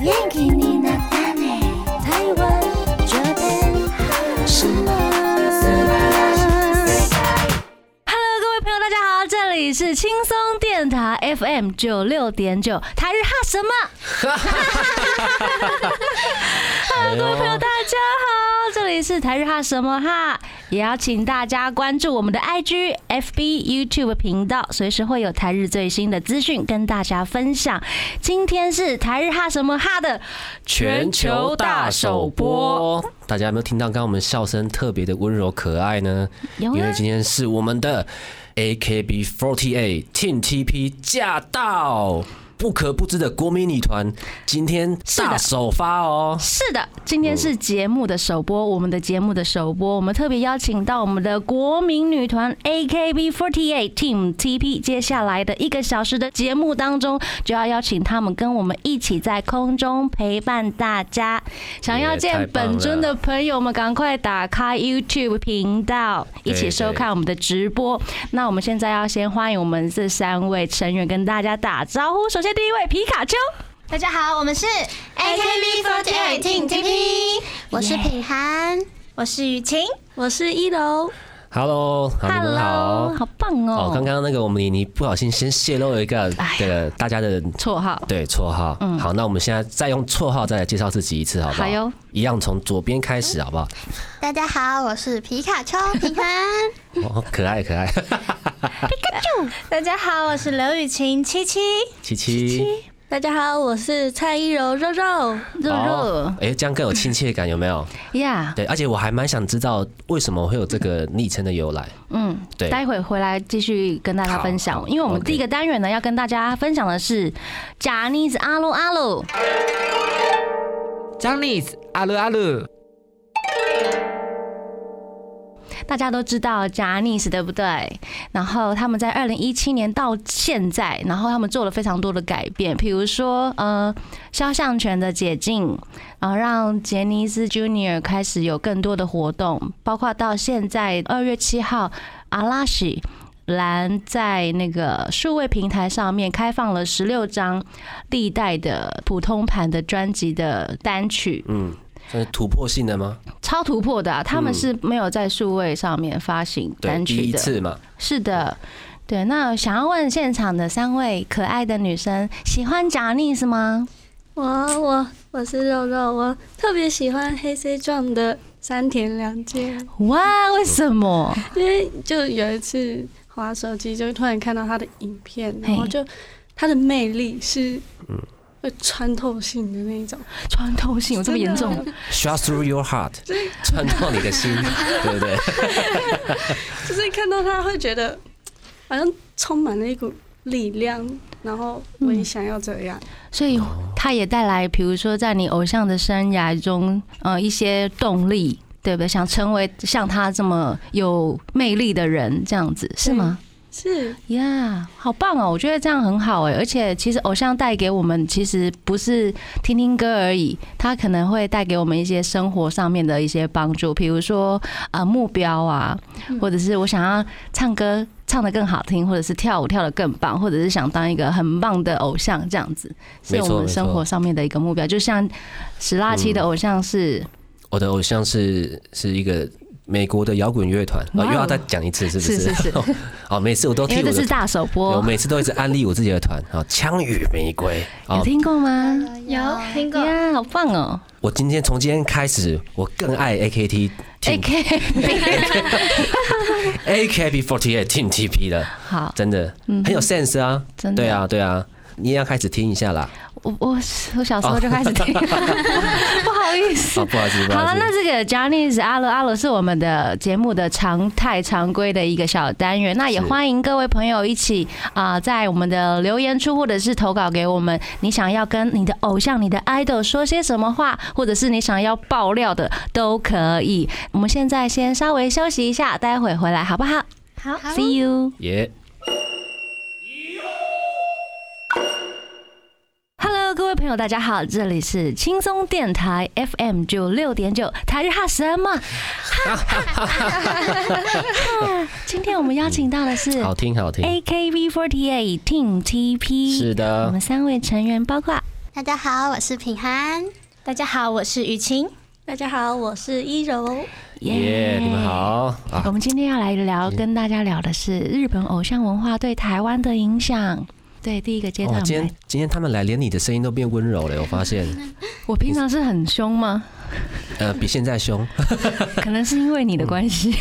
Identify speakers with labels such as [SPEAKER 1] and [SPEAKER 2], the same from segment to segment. [SPEAKER 1] 元気になったね台湾这边什么？
[SPEAKER 2] Hello，各位朋友，大家好，这里是轻松电台 FM 九六点九台日哈什么？Hello，各位
[SPEAKER 3] 哎啊
[SPEAKER 2] 朋友，大家好，这里是台日哈什么哈，也要请大家关注我们的 IG、FB、YouTube 频道，随时会有台日最新的资讯跟大家分享。今天是台日哈什么哈的
[SPEAKER 3] 全球大首播，大家有没有听到刚刚我们笑声特别的温柔可爱呢？
[SPEAKER 2] 有
[SPEAKER 3] 因
[SPEAKER 2] 啊
[SPEAKER 3] 为今天是我们的 AKB48 Team TP 驾到。不可不知的国民女团今天
[SPEAKER 2] 是的
[SPEAKER 3] 大首发哦！
[SPEAKER 2] 是的，今天是节目的首播，我们的节目的首播，我们特别邀请到我们的国民女团 AKB48 Team TP，接下来的一个小时的节目当中，就要邀请他们跟我们一起在空中陪伴大家。想要见本尊的朋友们，赶快打开 YouTube 频道，一起收看我们的直播。那我们现在要先欢迎我们这三位成员跟大家打招呼。首先第一位皮卡丘，
[SPEAKER 4] 大家好，我们是
[SPEAKER 1] AKB48 Team TP
[SPEAKER 4] 我是品涵，我是雨晴，我是一楼。
[SPEAKER 3] Hello，好，你们好。
[SPEAKER 2] 好棒
[SPEAKER 3] 哦，
[SPEAKER 2] 哦，
[SPEAKER 3] 刚刚那个我们妮妮不小心先泄露了一个
[SPEAKER 2] 哎呀
[SPEAKER 3] 的大家的
[SPEAKER 2] 绰号。
[SPEAKER 3] 对绰号。好，那我们现在再用绰号再来介绍自己一嗯次，好不
[SPEAKER 2] 好哟
[SPEAKER 3] 好？一样从左边开始，好不好？
[SPEAKER 4] 大家好，我是皮卡丘品 涵。
[SPEAKER 3] 哦，可爱可爱，
[SPEAKER 4] 大家好，我是刘雨晴七七。
[SPEAKER 3] 七七。
[SPEAKER 4] 大家好，我是蔡依柔肉肉。
[SPEAKER 2] 肉肉
[SPEAKER 3] 哦，哎、这样更有亲切感，有 没有？
[SPEAKER 2] 呀，
[SPEAKER 3] 对，而且我还蛮想知道为什么会有这个昵称的由来。
[SPEAKER 2] 嗯，
[SPEAKER 3] 对
[SPEAKER 2] 待会回来继续跟大家分
[SPEAKER 3] 好
[SPEAKER 2] 享
[SPEAKER 3] 好，
[SPEAKER 2] 因为我们
[SPEAKER 3] OK
[SPEAKER 2] 第一个单元呢要跟大家分享的是 Chinese 阿鲁阿鲁，
[SPEAKER 5] j a n i c e 阿鲁阿鲁，
[SPEAKER 2] 大家都知道 Chinese 对不对？然后他们在二零一七年到现在，然后他们做了非常多的改变，比如说呃肖像权的解禁，然后让杰尼斯 Junior 开始有更多的活动，包括到现在二月七号阿拉西。兰在那个数位平台上面开放了十六张历代的普通盘的专辑的单曲，
[SPEAKER 3] 嗯，算是突破性的吗？
[SPEAKER 2] 超突破的啊、他们是没有在数位上面发行
[SPEAKER 3] 对，
[SPEAKER 2] 单
[SPEAKER 3] 第
[SPEAKER 2] 曲
[SPEAKER 3] 一
[SPEAKER 2] 的，
[SPEAKER 3] 次嘛。
[SPEAKER 2] 是的，对。那想要问现场的三位可爱的女生，喜欢 j a n i c e 吗？
[SPEAKER 6] 我我我是肉肉，我特别喜欢黑 C 壮的三田凉介，
[SPEAKER 2] 哇，为什么？
[SPEAKER 6] 因为就有一次滑手机，就突然看到他的影片，
[SPEAKER 2] 嘿
[SPEAKER 6] 然后就他的魅力是会穿透性的那一种，
[SPEAKER 2] 穿透性有这么严重？
[SPEAKER 3] Shot through your heart，穿透你的心，对不对？
[SPEAKER 6] 就是看到他会觉得好像充满了一股力量，然后我也想要这样。
[SPEAKER 4] 嗯
[SPEAKER 2] 所以它也带来，比如说在你偶像的生涯中，呃，一些动力，对不对？想成为像他这么有魅力的人，这样子是吗？
[SPEAKER 6] 是
[SPEAKER 2] 呀好棒哦！我觉得这样很好哎，而且其实偶像带给我们，其实不是听听歌而已，它可能会带给我们一些生活上面的一些帮助，比如说呃目标啊，
[SPEAKER 4] 嗯
[SPEAKER 2] 或者是我想要唱歌唱得更好听，或者是跳舞跳得更棒，或者是想当一个很棒的偶像这样子，是
[SPEAKER 3] 没错
[SPEAKER 2] 我们
[SPEAKER 3] 没错嗯
[SPEAKER 2] 生活上面的一个目标。就像史拉奇的偶像是
[SPEAKER 3] 我的偶像是是一个美国的摇滚乐团，啊，
[SPEAKER 2] 哇哦
[SPEAKER 3] 又要再讲一次，是不
[SPEAKER 2] 是
[SPEAKER 3] 是？
[SPEAKER 2] 是是，
[SPEAKER 3] 哦，每次我都
[SPEAKER 2] 因
[SPEAKER 3] 替
[SPEAKER 2] 为
[SPEAKER 3] 我
[SPEAKER 2] 这是
[SPEAKER 3] 的。
[SPEAKER 2] 大首
[SPEAKER 3] 对我
[SPEAKER 2] 播，
[SPEAKER 3] 每次都一直安利我自己的团啊，枪与玫瑰啊
[SPEAKER 2] 有，听过吗？
[SPEAKER 4] 有听过
[SPEAKER 2] 呀，好棒哦
[SPEAKER 3] 我今天从今天开始，我更爱 AKT
[SPEAKER 2] ！A
[SPEAKER 3] Team
[SPEAKER 2] K
[SPEAKER 3] AKB48 Team TP 了。
[SPEAKER 2] 好，
[SPEAKER 3] 真的很有 sense 啊，
[SPEAKER 2] 嗯真的
[SPEAKER 3] 对啊，对啊，你也要开始听一下啦。
[SPEAKER 2] 我我我小时候就开始 听，不好意思
[SPEAKER 3] 哦，。不好意思，不
[SPEAKER 2] 好
[SPEAKER 3] 好
[SPEAKER 2] 了，
[SPEAKER 3] 意
[SPEAKER 2] 那
[SPEAKER 3] 思。
[SPEAKER 2] 这个 j a n i c e 阿乐阿乐是我们的节目的常态常规的一个小单元，那也
[SPEAKER 3] 是
[SPEAKER 2] 欢迎各位朋友一起啊、在我们的留言处或者是投稿给我们，你想要跟你的偶像、你的 idol 说些什么话，或者是你想要爆料的都可以。我们现在先稍微休息一下，待会回来好不好
[SPEAKER 4] 好，
[SPEAKER 2] ？See you。
[SPEAKER 3] 耶，
[SPEAKER 2] Hello，各位朋友，大家好，这里是轻松电台 FM 九六点九台日哈什 么？今天我们邀请到的是
[SPEAKER 3] 好听，好听，
[SPEAKER 2] AKB48 Team TP，
[SPEAKER 3] 是啊
[SPEAKER 2] 我
[SPEAKER 3] 的
[SPEAKER 2] 们，三位成员包括
[SPEAKER 4] 大家好，我是品涵。大家好，我是雨晴。
[SPEAKER 6] 大家好，我是一柔。
[SPEAKER 3] 耶、你们好啊！
[SPEAKER 2] 我们今天要来聊，跟大家聊的是日本偶像文化对台湾的影响。对，第一个阶段
[SPEAKER 3] 哦，
[SPEAKER 2] 我
[SPEAKER 3] 今
[SPEAKER 2] 们来
[SPEAKER 3] 天今天他们来，连你的声音都变温柔了，我 发现，
[SPEAKER 2] 我平常是很凶 吗？
[SPEAKER 3] 呃，比现在凶，
[SPEAKER 2] 可能是因为你的关系。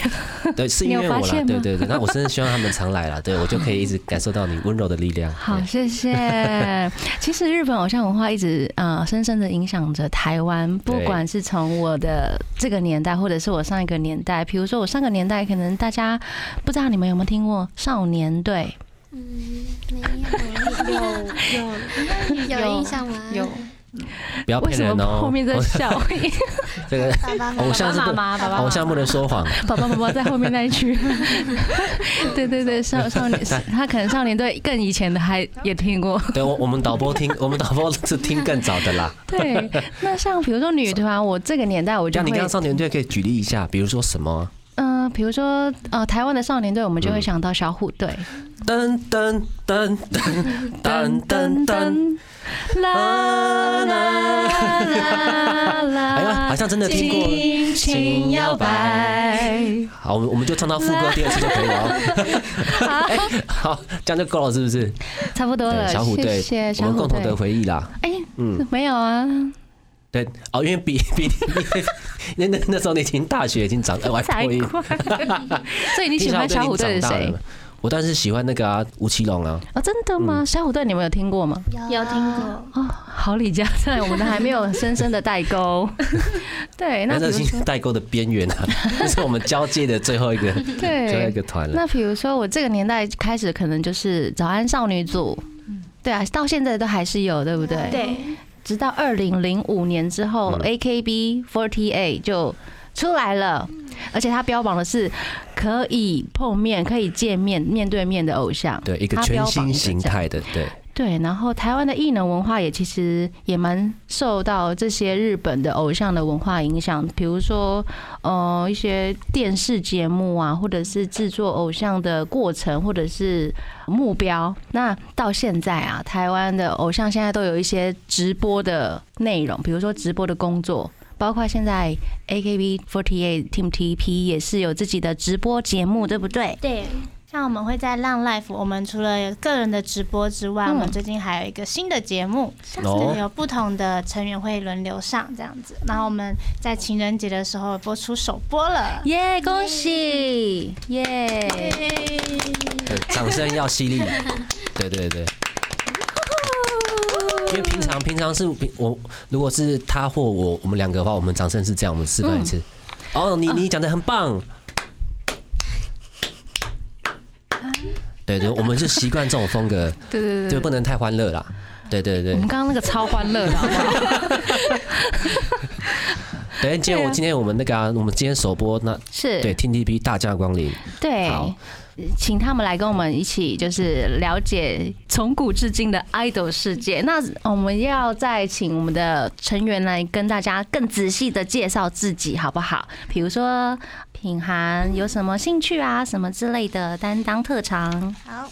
[SPEAKER 3] 对，是因
[SPEAKER 2] 你
[SPEAKER 3] 为
[SPEAKER 2] 有发
[SPEAKER 3] 我啦，
[SPEAKER 2] 现
[SPEAKER 3] 对
[SPEAKER 2] 吗
[SPEAKER 3] 对对，那我真的希望他们常来啦，对我就可以一直感受到你温柔的力量。
[SPEAKER 2] 好，谢
[SPEAKER 3] 对
[SPEAKER 2] 谢。其实日本偶像文化一直呃深深的影响着台湾，不
[SPEAKER 3] 对
[SPEAKER 2] 管是从我的这个年代，或者是我上一个年代。比如说我上个年代，可能大家不知道你们有没有听过少年队，
[SPEAKER 4] 嗯有 有有印象吗？有
[SPEAKER 3] 不要
[SPEAKER 2] 为
[SPEAKER 3] 骗
[SPEAKER 2] 什
[SPEAKER 3] 人
[SPEAKER 2] 么
[SPEAKER 3] 哦
[SPEAKER 2] 后，面在笑？
[SPEAKER 3] 这个哦
[SPEAKER 4] 爸爸妈
[SPEAKER 2] 哦
[SPEAKER 3] 偶
[SPEAKER 4] 妈
[SPEAKER 3] 像是不
[SPEAKER 2] 爸爸妈妈爸爸妈妈
[SPEAKER 3] 偶像不能说谎，
[SPEAKER 2] 宝宝宝宝在后面那一区，对对对，少 少年，他可能少年队更以前的还也听 过。
[SPEAKER 3] 对我我们导播听，我们导播是听更早的啦。
[SPEAKER 2] 对，那像比如说女团，我这个年代 我就
[SPEAKER 3] 像你
[SPEAKER 2] 会
[SPEAKER 3] 刚刚少年队可以举例一下，比如说什么啊？
[SPEAKER 2] 嗯、比如说呃，台湾的少年队，我们就会想到小虎队，
[SPEAKER 3] 噔噔噔噔噔噔噔，，
[SPEAKER 2] 啦啦啦啦，
[SPEAKER 3] 哎呀，好像真的听过。
[SPEAKER 2] 尽情摇摆。
[SPEAKER 3] 好，我们我们就唱到副歌第二次就可以了哦。 哎好，这样就够了，是不是？
[SPEAKER 2] 差不多了，
[SPEAKER 3] 对，小虎
[SPEAKER 2] 谢
[SPEAKER 3] 队
[SPEAKER 2] 谢，
[SPEAKER 3] 我
[SPEAKER 2] 小
[SPEAKER 3] 们
[SPEAKER 2] 虎
[SPEAKER 3] 共同的
[SPEAKER 2] 队。
[SPEAKER 3] 回忆啦。
[SPEAKER 2] 哎，没有啊，
[SPEAKER 3] 对，哦，因为比比 你那那那时候你已经大学已经长，哎，我还
[SPEAKER 2] 才
[SPEAKER 3] 破音。
[SPEAKER 2] 怪。所以你喜欢小虎队的谁？？
[SPEAKER 3] 我当时喜欢那个啊，吴奇隆啊，
[SPEAKER 2] 哦，真的吗？小虎队你们有听过吗？
[SPEAKER 4] 有听过，
[SPEAKER 2] 哦，好李嘉诚，我们的还没有深深的代沟。对，哎那
[SPEAKER 3] 那
[SPEAKER 2] 比如
[SPEAKER 3] 已
[SPEAKER 2] 说
[SPEAKER 3] 经，代沟的边缘啊， 这是我们交界的最后一个最后一
[SPEAKER 2] 对
[SPEAKER 3] 个，团了。
[SPEAKER 2] 那比如说我这个年代开始，可能就是早安少女组。对啊，到现在都还是有，对不对？，
[SPEAKER 6] 对，
[SPEAKER 2] 直到二零零五年之后
[SPEAKER 3] 嗯
[SPEAKER 2] ，AKB48 就出来了，而且它标榜的是可以碰面、可以见面、面对面的偶像。
[SPEAKER 3] 对，一个
[SPEAKER 2] 它标
[SPEAKER 3] 全
[SPEAKER 2] 榜着
[SPEAKER 3] 新形
[SPEAKER 2] 这样
[SPEAKER 3] 态的，对，
[SPEAKER 2] 对，然后台湾的艺能文化也其实也蛮受到这些日本的偶像的文化影响，比如说呃一些电视节目啊，或者是制作偶像的过程，或者是目标。那到现在啊，台湾的偶像现在都有一些直播的内容，比如说直播的工作。包括现在 AKB48 Team TP 也是有自己的直播节目，对不对？
[SPEAKER 5] 对，像我们会在浪 life，我们除了有个人的直播之外，
[SPEAKER 2] 嗯
[SPEAKER 5] 我们最近还有一个新的节目，
[SPEAKER 3] 哦
[SPEAKER 5] 是有不同的成员会轮流上这样子。然后我们在情人节的时候播出首播了。
[SPEAKER 2] 耶、恭喜！耶、
[SPEAKER 3] 对掌声要犀利，对对对。因为平常平常是平我如果是他或我我们两个的话，我们掌声是这样，我们示范一次。哦，你你讲的很棒。对对，我们是习惯这种风格，
[SPEAKER 2] 对对嗯对
[SPEAKER 3] 对，不能太欢乐啦。对对对
[SPEAKER 2] 我，们刚刚那个超欢乐的，好不好？
[SPEAKER 3] 等一下今天我今天我们那个啊，我们今天首播那
[SPEAKER 2] 是
[SPEAKER 3] 对 T T P 大驾光临，
[SPEAKER 2] 对
[SPEAKER 3] 好
[SPEAKER 2] 请他们来跟我们一起，就是了解从古至今的 idol 世界。那我们要再请我们的成员来跟大家更仔细的介绍自己，好不好？比如说品涵有什么兴趣啊，什么之类的担当特长。
[SPEAKER 4] 好，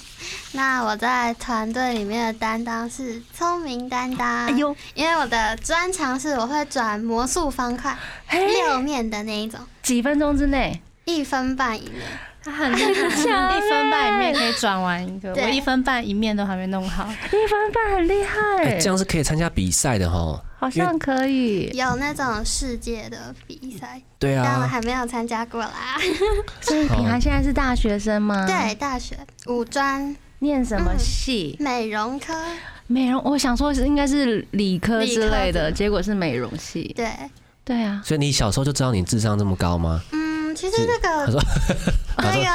[SPEAKER 4] 那我在团队里面的担当是聪明担当。
[SPEAKER 2] 哎呦，
[SPEAKER 4] 因为我的专长是我会转魔术方块，
[SPEAKER 5] 哎
[SPEAKER 4] 六面的那一种，
[SPEAKER 2] 几分钟之内，
[SPEAKER 4] 一分半以内。
[SPEAKER 5] 他 很厉害，一分半一面可以转完一个，
[SPEAKER 4] 对
[SPEAKER 5] 我一分半一面都还没弄好。
[SPEAKER 2] 一分半很厉害，
[SPEAKER 3] 哎，这样是可以参加比赛的哈。
[SPEAKER 2] 好像可以。
[SPEAKER 4] 有那种世界的比赛，
[SPEAKER 3] 对
[SPEAKER 4] 但我
[SPEAKER 3] 啊，
[SPEAKER 4] 还没有参加过
[SPEAKER 5] 啊
[SPEAKER 4] 啦。
[SPEAKER 2] 所以品涵现在是大学生吗？，
[SPEAKER 4] 对，大学五专
[SPEAKER 2] 念什么系？
[SPEAKER 4] 美容科，
[SPEAKER 2] 美容，我想说是应该是理科之类的，
[SPEAKER 4] 理科
[SPEAKER 2] 结果是美容系。
[SPEAKER 4] 对，
[SPEAKER 2] 对啊，
[SPEAKER 3] 所以你小时候就知道你智商这么高吗？
[SPEAKER 4] 嗯，其实
[SPEAKER 3] 是
[SPEAKER 4] 这
[SPEAKER 3] 他
[SPEAKER 4] 个
[SPEAKER 3] 说
[SPEAKER 4] 这个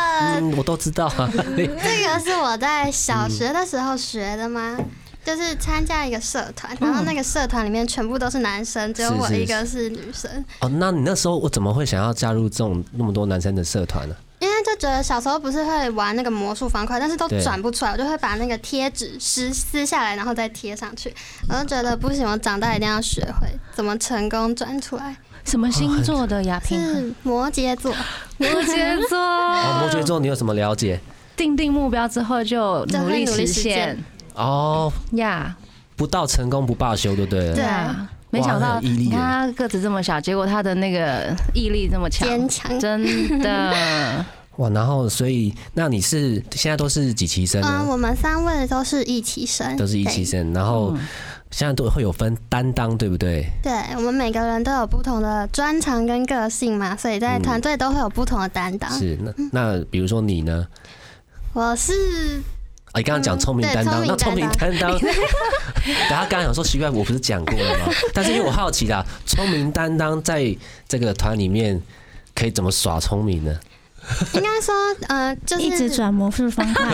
[SPEAKER 3] 嗯，我都知道 啊。
[SPEAKER 4] 这个是我在
[SPEAKER 3] 嗯
[SPEAKER 4] 小学的时候学的吗？就是参加一个社团，然后那个社团里面全部都是男生，只有
[SPEAKER 3] 嗯是
[SPEAKER 4] 我
[SPEAKER 3] 是
[SPEAKER 4] 一个是女生，
[SPEAKER 3] 哦，那你那时候我怎么会想要加入这种那么多男生的社团呢、
[SPEAKER 4] 因为就觉得小时候不是会玩那个魔术方块，但是都
[SPEAKER 3] 对
[SPEAKER 4] 转不出来，我就会把那个贴纸撕撕下来，然后再贴上去，我就觉得不行，我长大一定要学会怎么成功转出来。
[SPEAKER 2] 什么星座的
[SPEAKER 4] 哦
[SPEAKER 2] 呀？平衡
[SPEAKER 4] 是摩羯座，
[SPEAKER 2] 摩羯 座，
[SPEAKER 3] 哦，摩羯座你有什么了解？
[SPEAKER 2] 定定目标之后就努力实现
[SPEAKER 3] 哦，
[SPEAKER 2] 呀。
[SPEAKER 3] 不不到成功不罢休，对不对？
[SPEAKER 4] 对
[SPEAKER 2] 啊，没想
[SPEAKER 3] 哇
[SPEAKER 2] 到
[SPEAKER 3] 很有毅力
[SPEAKER 2] 你
[SPEAKER 3] 耶
[SPEAKER 2] 看他个子这么小，结果他的那个毅力这么强，
[SPEAKER 4] 坚强。
[SPEAKER 2] 真 的。
[SPEAKER 3] 哇，然后所以那你是现在都是几期生
[SPEAKER 4] 嗯，
[SPEAKER 3] 呢？
[SPEAKER 4] 我们三位都是一起生，
[SPEAKER 3] 都是一期生，然后现在都会有分担当，对不对？
[SPEAKER 4] 对。对，我们每个人都有不同的专长跟个性嘛，所以在团队都会有不同的担当。
[SPEAKER 3] 嗯是，那那比如说你呢？
[SPEAKER 4] 我是
[SPEAKER 3] 啊，你刚刚讲
[SPEAKER 4] 嗯
[SPEAKER 3] 聪明
[SPEAKER 4] 对
[SPEAKER 3] 担当，
[SPEAKER 4] 聪明
[SPEAKER 3] 那聪明担
[SPEAKER 4] 担
[SPEAKER 3] 当， 然后刚刚想说奇怪，我不是讲过了吗？ 但是因为我好奇啦，聪明担当在这个团里面可以怎么耍聪明呢？
[SPEAKER 4] 应该说，呃，就是
[SPEAKER 5] 一直转魔术方块，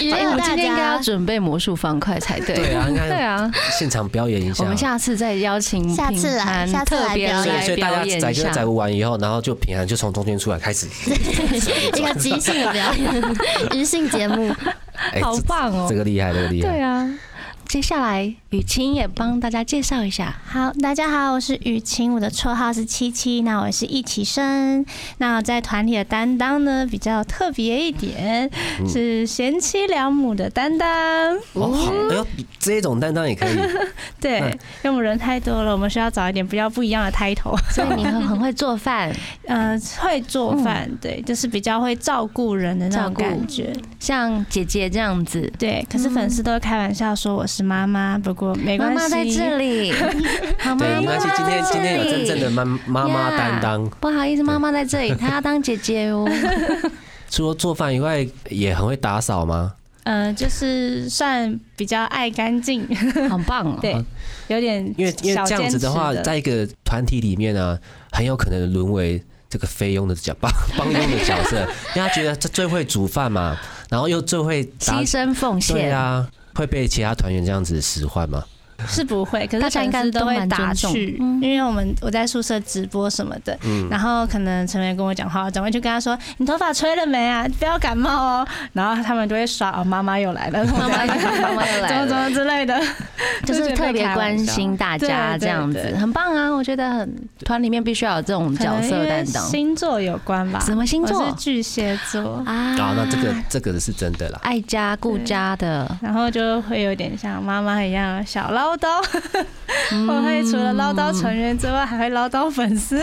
[SPEAKER 4] 娱
[SPEAKER 2] 哎，
[SPEAKER 4] 乐
[SPEAKER 2] 我们
[SPEAKER 4] 大
[SPEAKER 2] 今天应该要
[SPEAKER 4] 家。
[SPEAKER 2] 准备魔术方块才对。
[SPEAKER 3] 对啊应该
[SPEAKER 2] 对 啊，
[SPEAKER 3] 现场表演一下。
[SPEAKER 2] 我们下次再邀请
[SPEAKER 4] 下次来
[SPEAKER 2] 品涵
[SPEAKER 4] 下次来
[SPEAKER 2] 特别
[SPEAKER 4] 表
[SPEAKER 3] 所以
[SPEAKER 4] 演
[SPEAKER 2] 来
[SPEAKER 3] 所以大
[SPEAKER 2] 表
[SPEAKER 3] 家
[SPEAKER 2] 演
[SPEAKER 3] 载
[SPEAKER 2] 一
[SPEAKER 3] 歌载
[SPEAKER 2] 下。
[SPEAKER 3] 舞完以后，然后就平安就从中间出来开始，
[SPEAKER 4] 一个即兴的表演，即兴节目，
[SPEAKER 3] 哎
[SPEAKER 2] 好
[SPEAKER 3] 这
[SPEAKER 2] 棒哦
[SPEAKER 3] 这！个厉害，这个厉害。
[SPEAKER 2] 对啊，接下来雨晴也帮大家介绍一下。
[SPEAKER 5] 好，大家好，我是雨晴，我的绰号是七七，那我是一起生，那在团体的担当呢比较特别一点，是贤妻良母的担当。
[SPEAKER 3] 哦，好，
[SPEAKER 2] 嗯
[SPEAKER 3] 哎呦，这种担当也 可以，
[SPEAKER 5] 对，因为我们人太多了，我们需要找一点比较不一样的 title。
[SPEAKER 2] 所以你很很会做饭，
[SPEAKER 5] 呃，会做饭，对，就是比较会照顾人的那
[SPEAKER 2] 照
[SPEAKER 5] 种
[SPEAKER 2] 顾
[SPEAKER 5] 感觉。
[SPEAKER 2] 像姐姐这样子。
[SPEAKER 5] 对，可是粉丝都会开玩笑说我是妈嗯妈，不过没
[SPEAKER 2] 妈
[SPEAKER 5] 关系，
[SPEAKER 2] 妈在这里，好吗？
[SPEAKER 3] 对，没关系。今天今天有真正的妈妈妈担当，
[SPEAKER 2] 不好意思，妈妈在这里，她要当姐姐哦。
[SPEAKER 3] 除了做饭以外，也很会打扫吗？
[SPEAKER 5] 呃，就是算比较爱干 净，
[SPEAKER 2] 好棒哦！
[SPEAKER 5] 对，有点
[SPEAKER 3] 啊因为因为
[SPEAKER 5] 小
[SPEAKER 3] 这样
[SPEAKER 5] 坚
[SPEAKER 3] 子
[SPEAKER 5] 持
[SPEAKER 3] 的话，
[SPEAKER 5] 的
[SPEAKER 3] 在一个团体里面呢、啊，很有可能沦为这个菲佣的角 帮帮佣的角色， 因为他觉得他最会煮饭嘛，然后又最会打
[SPEAKER 2] 牺，牲奉
[SPEAKER 3] 对
[SPEAKER 2] 献，
[SPEAKER 3] 啊，会被其他团员这样子使唤嘛。
[SPEAKER 5] 是不会，可
[SPEAKER 2] 大
[SPEAKER 5] 是
[SPEAKER 2] 家应
[SPEAKER 5] 粉
[SPEAKER 2] 该
[SPEAKER 5] 丝
[SPEAKER 2] 都
[SPEAKER 5] 会
[SPEAKER 2] 蛮
[SPEAKER 5] 打
[SPEAKER 2] 尊重
[SPEAKER 5] 趣，
[SPEAKER 2] 嗯
[SPEAKER 5] 因为我们我在宿舍直播什么的，
[SPEAKER 3] 嗯
[SPEAKER 5] 然后可能成员跟我讲话，我总会就跟他说：“你头发吹了没啊？不要感冒哦。”然后他们就会刷：“哦，妈妈又来了，
[SPEAKER 2] 妈妈妈妈又
[SPEAKER 5] 怎
[SPEAKER 2] 来
[SPEAKER 5] 么怎
[SPEAKER 2] 了，
[SPEAKER 5] 么之类的。
[SPEAKER 2] 就是特别关心大家这样
[SPEAKER 5] 对
[SPEAKER 2] 子，
[SPEAKER 5] 对
[SPEAKER 2] 很棒啊！我觉得很团里面必须要有这种” 角色担
[SPEAKER 5] 可能因为
[SPEAKER 2] 当。
[SPEAKER 5] 星座有关吧？
[SPEAKER 2] 什么星
[SPEAKER 5] 我
[SPEAKER 2] 座
[SPEAKER 5] 是巨蟹座，
[SPEAKER 2] 啊
[SPEAKER 3] 啊，那这个这个是真的啦。
[SPEAKER 2] 爱家顾家的，
[SPEAKER 5] 然后就会有点像妈妈一样小唠叨。
[SPEAKER 2] 嗯
[SPEAKER 5] 我会除了唠叨成员之外，还会唠叨粉丝。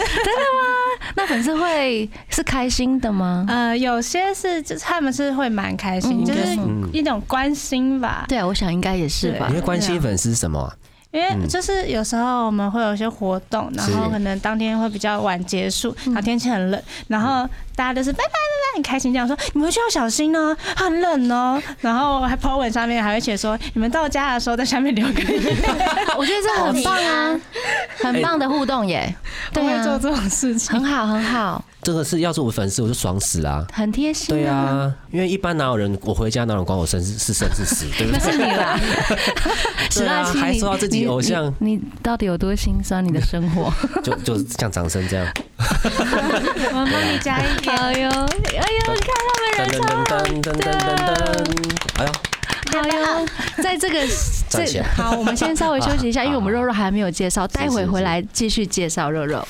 [SPEAKER 2] 那粉丝会是开心的吗？
[SPEAKER 5] 呃，有些是就是他们是会蛮开心，
[SPEAKER 2] 嗯
[SPEAKER 5] 就是
[SPEAKER 3] 嗯
[SPEAKER 5] 一种关心吧。
[SPEAKER 2] 对啊，我想应该也是吧
[SPEAKER 3] 你。会关心粉丝什么啊、
[SPEAKER 5] 因为就是有时候我们会有一些活动，然
[SPEAKER 3] 是
[SPEAKER 5] 后可能当天会比较晚结束，
[SPEAKER 2] 嗯
[SPEAKER 5] 然后天气很冷，然后大家就是拜拜拜拜，很开心这样说，你们回去要小心哦，很冷哦。然后还 po 文上面还会写说，你们到家的时候在下面留个言，
[SPEAKER 2] 我觉得这很棒啊， 很棒的互动
[SPEAKER 3] 哎
[SPEAKER 2] 耶。
[SPEAKER 5] 我
[SPEAKER 2] 对
[SPEAKER 5] 会做
[SPEAKER 2] 啊，
[SPEAKER 5] 这种事情。
[SPEAKER 2] 很好，很好，
[SPEAKER 3] 这个是要是我粉丝，我就爽死啦、
[SPEAKER 2] 很贴心。
[SPEAKER 3] 对，啊，因为一般哪有人我回家哪有人管我生是是生是死，对不
[SPEAKER 2] 那
[SPEAKER 3] 对？
[SPEAKER 2] 是你啦。十
[SPEAKER 3] 对啊
[SPEAKER 2] 八期，
[SPEAKER 3] 还
[SPEAKER 2] 你
[SPEAKER 3] 说到自己偶像
[SPEAKER 2] 你你你到底有多心酸？你的生活？
[SPEAKER 3] 就就像掌声这样，
[SPEAKER 5] 我们帮你加一 点，
[SPEAKER 2] 哎呦，哎呦，你看他们
[SPEAKER 3] 噔
[SPEAKER 2] 人
[SPEAKER 3] 噔
[SPEAKER 2] 超
[SPEAKER 3] 噔噔噔噔噔，哎呦，
[SPEAKER 2] 好哟，在这 个
[SPEAKER 3] 站起
[SPEAKER 2] 这
[SPEAKER 3] 来
[SPEAKER 2] 好，我们先稍微休息一 下，因为我们肉肉还没有介绍，待会回来继续介绍肉肉。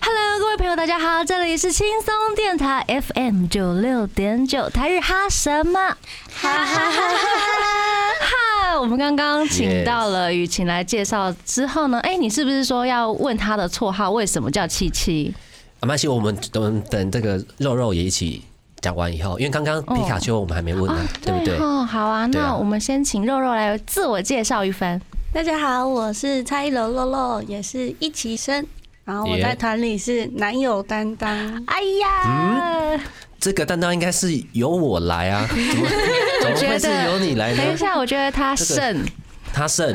[SPEAKER 2] Hello，各位朋友，大家好，这里是轻松电台 FM 九六点九台日哈什么？哈哈哈哈！哈，我们刚刚请到了雨晴来介绍之后呢，哎、你是不是说要问她的绰号为什么叫七七？
[SPEAKER 3] 阿曼西，我们等等这个肉肉也一起讲完以后，因为刚刚皮卡丘我们还没问呢，对不对？
[SPEAKER 2] 哦，好啊，
[SPEAKER 3] 对
[SPEAKER 2] 那
[SPEAKER 3] 啊
[SPEAKER 2] 我们先请肉肉来自我介绍一番。
[SPEAKER 7] 大家好，我是蔡依柔肉肉，也是一起生。
[SPEAKER 6] 然后我在团里是男友担当，
[SPEAKER 2] 哎
[SPEAKER 3] 嗯
[SPEAKER 2] 呀，
[SPEAKER 3] 这个担当应该是由我来啊，怎么怎么会是由你来
[SPEAKER 2] 等一
[SPEAKER 3] 呢？
[SPEAKER 2] 下，我觉得他胜，
[SPEAKER 3] 他胜，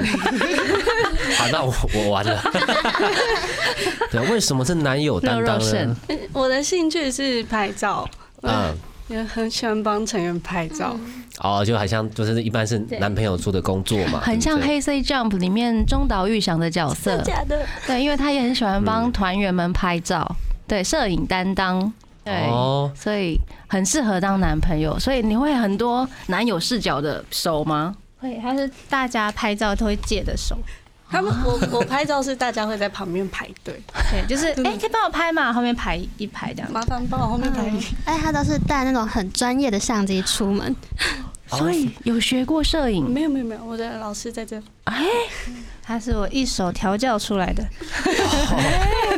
[SPEAKER 3] 好，那我我完了。对，为什么是男友担当
[SPEAKER 2] 肉肉胜
[SPEAKER 3] 呢？
[SPEAKER 6] 我的兴趣是拍照，
[SPEAKER 3] 嗯，
[SPEAKER 6] 也很喜欢帮成员拍照。
[SPEAKER 3] 哦，就好像就是一般是男朋友做的工作嘛，
[SPEAKER 2] 很像《
[SPEAKER 3] 对不对
[SPEAKER 2] 黑色 Jump》里面中岛裕翔的角
[SPEAKER 7] 真
[SPEAKER 2] 色
[SPEAKER 7] 的，假的？
[SPEAKER 2] 对，因为他也很喜欢帮团员们拍照，对，摄影担当，对，
[SPEAKER 3] 哦，
[SPEAKER 2] 所以很适合当男朋友。所以你会很多男友视角的手吗？
[SPEAKER 5] 会，他是大家拍照都会借的手，
[SPEAKER 6] 他们我我拍照是大家会在旁边排队，
[SPEAKER 5] 对，就是
[SPEAKER 2] 嗯
[SPEAKER 5] 哎、可以帮我拍嘛，后面排一排这样。
[SPEAKER 6] 麻烦帮我后面排。
[SPEAKER 4] 哎，他都是带那种很专业的相机出门，
[SPEAKER 3] 哦
[SPEAKER 2] 所以有学过摄影，
[SPEAKER 6] 没有没有没有，我的老师在这。
[SPEAKER 2] 哎，
[SPEAKER 5] 他是我一手调教出来的，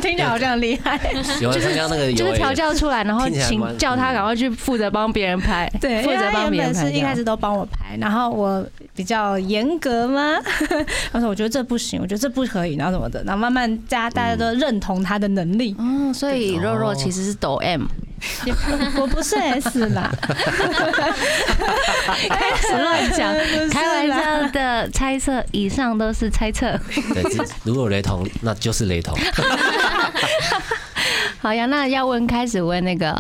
[SPEAKER 5] 听起来好像很厉害。
[SPEAKER 3] 有人参加那个有
[SPEAKER 2] 就是
[SPEAKER 3] 欸
[SPEAKER 2] 调教出来，然后
[SPEAKER 3] 听起来
[SPEAKER 2] 请
[SPEAKER 3] 蛮
[SPEAKER 2] 叫他赶快去负责帮别人拍，
[SPEAKER 5] 对，
[SPEAKER 2] 负
[SPEAKER 5] 因
[SPEAKER 2] 责
[SPEAKER 5] 为他
[SPEAKER 2] 帮别
[SPEAKER 5] 原
[SPEAKER 2] 人
[SPEAKER 5] 本
[SPEAKER 2] 拍。
[SPEAKER 5] 是一开始都帮我拍，然后我比较严格嘛， 他说我觉得这不行，我觉得这不可以，然后什么的，然后慢慢大家大家都认同他的能 力。
[SPEAKER 2] 嗯，所以肉肉其实是抖 M，
[SPEAKER 5] 也不我不是 S 啦， 哎
[SPEAKER 2] 开始乱 讲
[SPEAKER 5] 不是，啦
[SPEAKER 2] 开玩笑的猜测，以上都是猜 测。
[SPEAKER 3] 对，只如果有雷同，那就是 雷同。
[SPEAKER 2] 好呀，那要问开始问那个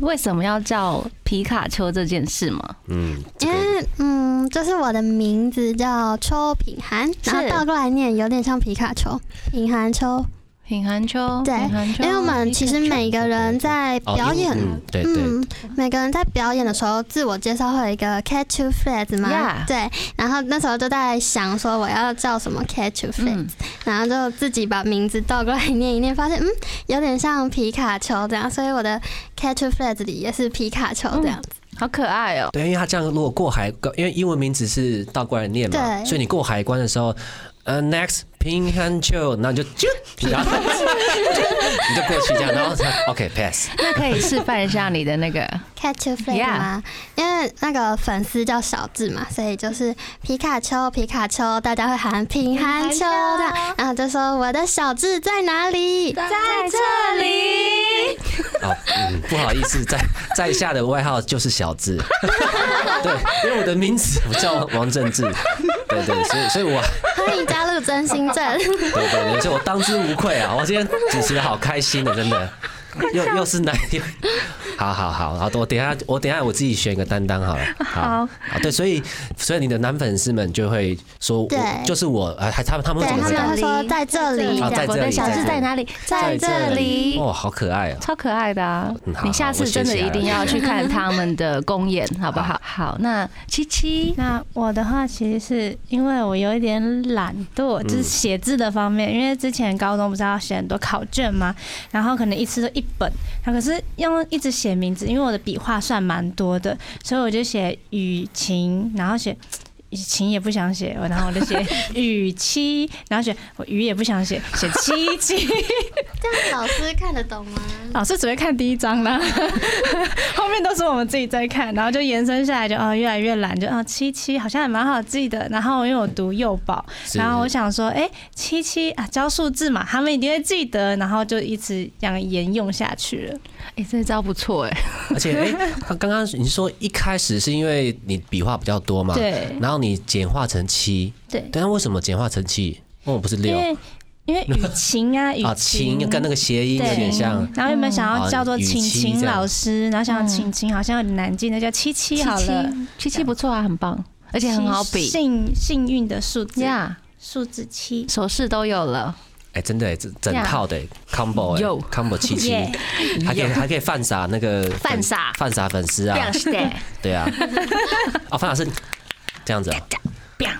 [SPEAKER 2] 为什么要叫皮卡丘这件事吗？
[SPEAKER 3] 嗯，这
[SPEAKER 4] 因
[SPEAKER 3] 个
[SPEAKER 4] 为嗯，就是我的名字叫邱品涵，然后倒过来念有点像皮卡丘，品涵丘。
[SPEAKER 2] 品涵丘，
[SPEAKER 4] 对
[SPEAKER 2] 品涵丘，
[SPEAKER 4] 因为我们其实每个人在
[SPEAKER 3] 哦
[SPEAKER 4] 表演，
[SPEAKER 3] 嗯，对对，
[SPEAKER 4] 嗯，每个人在表演的时候，自我介绍会有一个 catch you phrase 嘛
[SPEAKER 2] Yeah
[SPEAKER 4] 对。然后那时候就在想说我要叫什么 catch you phrase，、
[SPEAKER 2] 嗯，
[SPEAKER 4] 然后就自己把名字倒过来念一念，发现嗯有点像皮卡丘这样，所以我的 catch you phrase 里也是皮卡丘这样子。
[SPEAKER 2] 好可爱哦。
[SPEAKER 3] 对，因为他这样如果过海关，因为英文名字是倒过来念嘛，
[SPEAKER 4] 对
[SPEAKER 3] 所以你过海关的时候，呃，next ping and chill，那你就 啾，然后你就过去这样，然后 OK pass，
[SPEAKER 2] 那可以示范一下你的那个
[SPEAKER 4] catch you phrase
[SPEAKER 2] Yeah
[SPEAKER 4] 吗因为那个粉丝叫小智嘛，所以就是皮卡丘，皮卡丘，大家会喊品涵丘这样，然后就说我的小智在哪里？在这里。
[SPEAKER 3] 好，嗯，不好意思，在在下的外号就是小智，对，因为我的名字我叫王正志，对对，所以所以我
[SPEAKER 4] 欢迎加入真心镇。
[SPEAKER 3] 对对对，所以我当之无愧啊！我今天主持的好开心的，真的，又又是男，又好好好，好，我等一下我等一下我自己选一个担当好了。好，好对，所以所以你的男粉丝们就会说，我
[SPEAKER 4] 对
[SPEAKER 3] 就是我，呃，还他们他们
[SPEAKER 4] 对
[SPEAKER 3] 会怎么
[SPEAKER 4] 他们
[SPEAKER 3] 回答？
[SPEAKER 4] 会说在这里，
[SPEAKER 3] 啊在这里
[SPEAKER 2] 我的小
[SPEAKER 3] 在这
[SPEAKER 2] 智
[SPEAKER 3] 里
[SPEAKER 2] 在哪里？在这里。
[SPEAKER 3] 哦，好可爱哦！
[SPEAKER 2] 超可爱的啊
[SPEAKER 3] 嗯！好
[SPEAKER 2] 你下次真的一定要去看他们的公演，好不好？ 好，那七七，
[SPEAKER 5] 那我的话，其实是因为我有一点懒惰，就是写字的方面，因为之前高中不是要写很多考卷嘛，然后可能一次都一本，那可是要一直写名字，因为我的笔画算蛮多的，所以我就写雨晴，然后写。雨晴也不想写，然后我就写雨七，然后写我雨也不想写，写七七。
[SPEAKER 4] 这样老师看得懂吗？
[SPEAKER 5] 老师只会看第一章啦， 后面都是我们自己在看，然后就延伸下来就哦越来越懒，就哦七七好像也蛮好记的。然后因为我读幼保，
[SPEAKER 3] 是
[SPEAKER 5] 然后我想说，哎、七七啊教数字嘛，他们一定会记得，然后就一直这样沿用下去了。
[SPEAKER 2] 哎，这招不错哎，
[SPEAKER 3] 而且哎，刚刚刚你说一开始是因为你笔画比较多嘛，，
[SPEAKER 5] 对
[SPEAKER 3] 然后你简化成七，
[SPEAKER 5] 对，
[SPEAKER 3] 但是为什么简化成七？为什么不是
[SPEAKER 5] 因
[SPEAKER 3] 六
[SPEAKER 5] 为 因为雨晴啊雨
[SPEAKER 3] 啊？
[SPEAKER 5] 晴
[SPEAKER 3] 七跟那个谐音有点像。
[SPEAKER 5] 然后原本想要叫做
[SPEAKER 3] 嗯
[SPEAKER 5] 晴
[SPEAKER 3] 雨
[SPEAKER 5] 晴
[SPEAKER 3] 晴
[SPEAKER 5] 老师，然后想
[SPEAKER 2] 嗯
[SPEAKER 5] 晴晴好像有点难记，那叫七七好了，
[SPEAKER 2] 七七不错啊，很棒，而且很好比
[SPEAKER 5] 幸幸运的数字，
[SPEAKER 2] 呀，
[SPEAKER 5] 数字七。
[SPEAKER 2] 手势都有了，
[SPEAKER 3] 哎、真的哎、整整套的、哎 combo 哎、
[SPEAKER 2] 有
[SPEAKER 3] combo 七七，
[SPEAKER 5] 耶
[SPEAKER 3] 还可以还可以犯傻那个粉
[SPEAKER 2] 犯傻
[SPEAKER 3] 犯傻粉丝啊，
[SPEAKER 2] 的，
[SPEAKER 3] 对啊，哦犯傻是这样子啊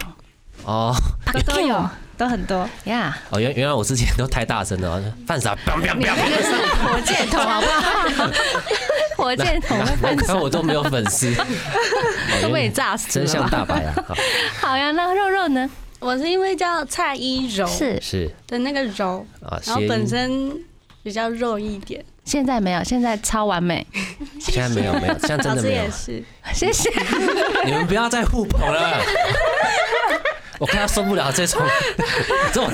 [SPEAKER 3] 哦
[SPEAKER 5] 都都有，都很多。
[SPEAKER 2] 呀，
[SPEAKER 3] 哦原原来我之前都太大声了，哦犯傻，砰砰砰
[SPEAKER 2] 那个是火箭筒好不 好？火箭筒会
[SPEAKER 3] 难
[SPEAKER 2] 犯
[SPEAKER 3] 怪我都没有粉 丝，哦
[SPEAKER 2] 都被
[SPEAKER 3] 原
[SPEAKER 2] 你炸死
[SPEAKER 3] 真
[SPEAKER 2] 了
[SPEAKER 3] 相
[SPEAKER 2] 吧？
[SPEAKER 3] 大白啊，好
[SPEAKER 2] 好呀，那肉肉呢？
[SPEAKER 6] 我是因为叫蔡依柔
[SPEAKER 2] 是
[SPEAKER 3] 是
[SPEAKER 6] 的那个柔，
[SPEAKER 3] 啊，
[SPEAKER 6] 然后
[SPEAKER 3] 谐音
[SPEAKER 6] 本身比较肉一点，
[SPEAKER 2] 现在没有，现在超完美，
[SPEAKER 3] 现在没有没有，现在真
[SPEAKER 6] 老
[SPEAKER 3] 的
[SPEAKER 6] 师
[SPEAKER 3] 没
[SPEAKER 6] 也
[SPEAKER 3] 有，啊
[SPEAKER 6] 是。
[SPEAKER 2] 谢谢。
[SPEAKER 3] 你们不要再互捧 了。我快要受不了这种 这种，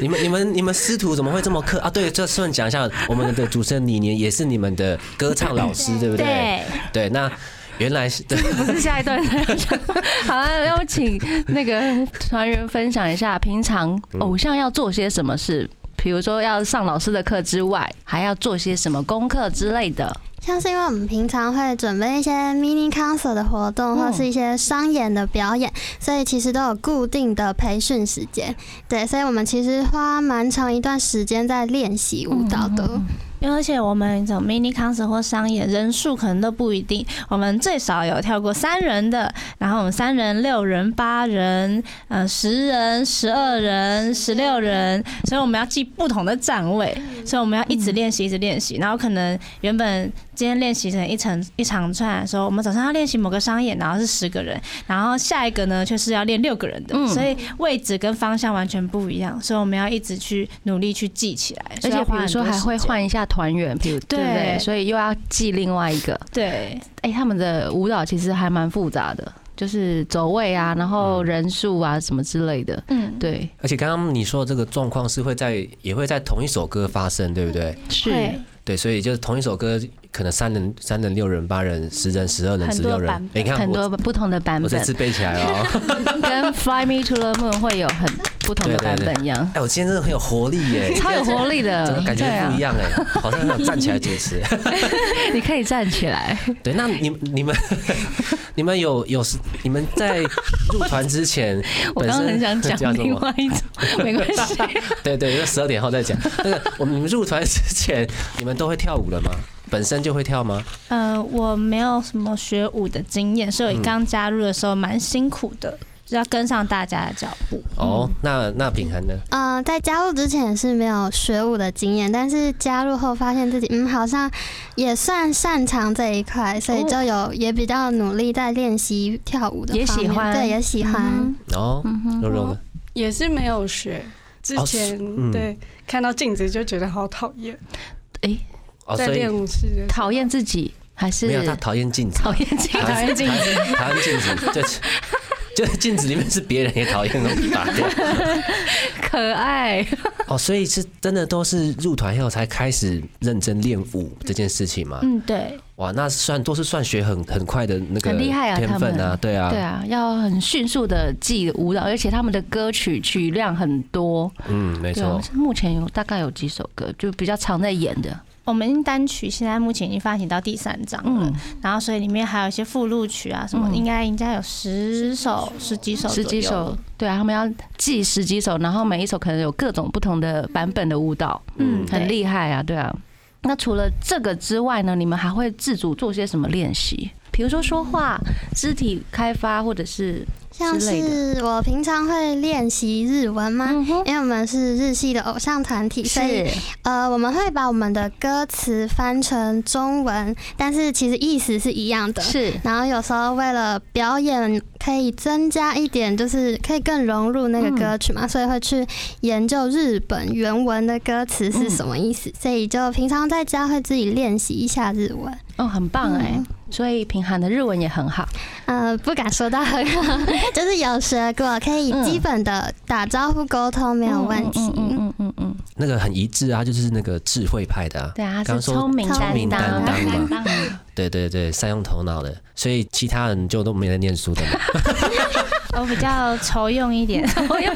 [SPEAKER 3] 你们你们你们师徒怎么会这么克啊？对，这顺便讲一下，我们的主持人李年也是你们的歌唱老师，对不对？对，那原来是 对
[SPEAKER 2] 不是下一段。 好了，要不请那个团员分享一下，平常偶像要做些什么事？比如说要上老师的课之外，还要做些什么功课之类的？
[SPEAKER 4] 像是因为我们平常会准备一些 mini concert 的活动，
[SPEAKER 2] 嗯
[SPEAKER 4] 或是一些商演的表演，所以其实都有固定的培训时间。对，所以我们其实花蛮长一段时间在练习舞蹈的。
[SPEAKER 5] 因因为而且我们这种 mini concert 或商演人数可能都不一定，我们最少有跳过三人的，然后我们三人、六人、八人、呃十人、十二人、十六人，所以我们要记不同的站位，所以我们要一
[SPEAKER 2] 嗯
[SPEAKER 5] 直练习，一直练习，然后可能原本。今天练习成一层一长串，说我们早上要练习某个商演，然后是十个人，然后下一个呢却是要练六个人的，
[SPEAKER 2] 嗯
[SPEAKER 5] 所以位置跟方向完全不一样，所以我们要一直去努力去记起来，
[SPEAKER 2] 而
[SPEAKER 5] 所以
[SPEAKER 2] 且
[SPEAKER 5] 要
[SPEAKER 2] 比
[SPEAKER 5] 花
[SPEAKER 2] 如
[SPEAKER 5] 很
[SPEAKER 2] 说
[SPEAKER 5] 多
[SPEAKER 2] 还会
[SPEAKER 5] 时间
[SPEAKER 2] 换一下团员，比如对不对？
[SPEAKER 5] 对
[SPEAKER 2] 所以又要记另外一个。
[SPEAKER 5] 对，
[SPEAKER 2] 哎、他们的舞蹈其实还蛮复杂的，就是走位啊，然后
[SPEAKER 3] 嗯
[SPEAKER 2] 人数啊什么之类的。
[SPEAKER 5] 嗯，
[SPEAKER 2] 对，
[SPEAKER 3] 而且刚刚你说的这个状况是会在也会在同一首歌发生，对不对？
[SPEAKER 2] 是
[SPEAKER 5] 会
[SPEAKER 3] 对，所以就是同一首歌，可能三人、三人、六人、八人、十人、十二人、
[SPEAKER 5] 很
[SPEAKER 3] 十
[SPEAKER 5] 多
[SPEAKER 3] 六人
[SPEAKER 5] 版。
[SPEAKER 3] 哎你看
[SPEAKER 2] 很多
[SPEAKER 3] 我，
[SPEAKER 2] 不同的版
[SPEAKER 3] 我这
[SPEAKER 2] 本，
[SPEAKER 3] 次背起来了哦。
[SPEAKER 2] 跟 Fly Me to the Moon 会有很不同的
[SPEAKER 3] 对对
[SPEAKER 2] 版
[SPEAKER 3] 对
[SPEAKER 2] 本一样，
[SPEAKER 3] 哎，我今天真的很有活力 耶，
[SPEAKER 2] 超有活力
[SPEAKER 3] 整
[SPEAKER 2] 的
[SPEAKER 3] 个，感觉
[SPEAKER 2] 对
[SPEAKER 3] 不
[SPEAKER 2] 啊
[SPEAKER 3] 一，样哎，好像想站起来主持。
[SPEAKER 2] 你可以站起来。
[SPEAKER 3] 对，那你们你们你们有有时你们在入团之前，
[SPEAKER 2] 我刚刚很想讲
[SPEAKER 3] 叫什
[SPEAKER 2] 另
[SPEAKER 3] 么？
[SPEAKER 2] 外一种，没关 系，
[SPEAKER 3] 对对，那十二点后再讲。那个，我们你们入团之前，你们都会跳舞了吗？本身就会跳吗？
[SPEAKER 5] 呃，我没有什么学舞的经验，所以我刚加入的时候蛮辛苦的，就要跟上大家的脚步。
[SPEAKER 3] 哦，那那品涵呢？
[SPEAKER 4] 嗯，在加入之前是没有学舞的经验，但是加入后发现自己嗯好像也算擅长这一块，所以就有也比较努力在练习跳舞的
[SPEAKER 2] 也
[SPEAKER 4] 方
[SPEAKER 2] 喜
[SPEAKER 4] 面
[SPEAKER 2] 欢
[SPEAKER 4] 对，哦也喜嗯欢。
[SPEAKER 3] 哦，肉肉呢？
[SPEAKER 6] 也是没有学。之
[SPEAKER 3] 哦
[SPEAKER 6] 前、
[SPEAKER 3] 嗯
[SPEAKER 6] 对看到镜子就觉得好讨厌，
[SPEAKER 2] 哎，
[SPEAKER 3] 哦，
[SPEAKER 6] 在
[SPEAKER 3] 所以
[SPEAKER 6] 练舞室的时候
[SPEAKER 2] 讨厌自己还是
[SPEAKER 3] 没有他讨厌镜子，
[SPEAKER 2] 讨厌自己？
[SPEAKER 3] 讨厌镜子，讨厌镜子，就是就是镜子里面是别人也讨厌的东西吧？
[SPEAKER 2] 可爱，
[SPEAKER 3] 哦，所以是真的都是入团后才开始认真练舞这件事情嘛？
[SPEAKER 5] 嗯，对，
[SPEAKER 3] 哇，那算都是算学很很快的那个
[SPEAKER 2] 很厉害啊
[SPEAKER 3] 天分
[SPEAKER 2] 他
[SPEAKER 3] 啊，
[SPEAKER 2] 们
[SPEAKER 3] 对啊，
[SPEAKER 2] 对啊，要很迅速的记舞蹈，而且他们的歌曲曲量很多，
[SPEAKER 3] 嗯，没
[SPEAKER 2] 对啊
[SPEAKER 3] 错，，
[SPEAKER 2] 目前有大概有几首歌就比较常在演的，
[SPEAKER 5] 我们单曲现在目前已经发行到第三张了，
[SPEAKER 2] 嗯，
[SPEAKER 5] 然后所以里面还有一些附录曲啊什么，
[SPEAKER 2] 嗯
[SPEAKER 5] 应该应该有十首、十几首、
[SPEAKER 2] 十几首，，对啊，他们要记十几首，然后每一首可能有各种不同的版本的舞蹈，
[SPEAKER 5] 嗯，
[SPEAKER 2] 很
[SPEAKER 5] 对
[SPEAKER 2] 厉害啊，对啊。那除了这个之外呢，你们还会自主做些什么练习？比如说说话、肢体开发，或者是
[SPEAKER 4] 像
[SPEAKER 2] 之类的嗯
[SPEAKER 4] 是我平常会练习日文吗？
[SPEAKER 2] 哼，
[SPEAKER 4] 因为我们是日系的偶像团体，所以
[SPEAKER 2] 是
[SPEAKER 4] 呃，我们会把我们的歌词翻成中文，但是其实意思是一样的。
[SPEAKER 2] 是，
[SPEAKER 4] 然后有时候为了表演可以增加一点，就是可以更融入那个歌曲嘛，
[SPEAKER 2] 嗯
[SPEAKER 4] 所以会去研究日本原文的歌词
[SPEAKER 2] 嗯
[SPEAKER 4] 是什么意思，所以就平常在家会自己练习一下日文。
[SPEAKER 2] 哦，很棒哎、
[SPEAKER 4] 嗯
[SPEAKER 2] 所以平涵的日文也很好，
[SPEAKER 4] 呃，不敢说到很好， 就是有学过，可以基本的打招呼沟通没有问题。
[SPEAKER 2] 嗯嗯嗯嗯嗯，
[SPEAKER 3] 那个很一致啊，就是那个智慧派的啊，
[SPEAKER 2] 对啊，
[SPEAKER 3] 刚
[SPEAKER 2] 是
[SPEAKER 3] 刚说
[SPEAKER 2] 聪明
[SPEAKER 4] 聪
[SPEAKER 2] 担
[SPEAKER 4] 明
[SPEAKER 2] 当，
[SPEAKER 3] 担当
[SPEAKER 2] 当，
[SPEAKER 3] 对对对，善用头脑的，所以其他人就都没在念书 的嘛，
[SPEAKER 5] 我哦比较愁用一点，
[SPEAKER 3] 对
[SPEAKER 5] 对
[SPEAKER 2] 啊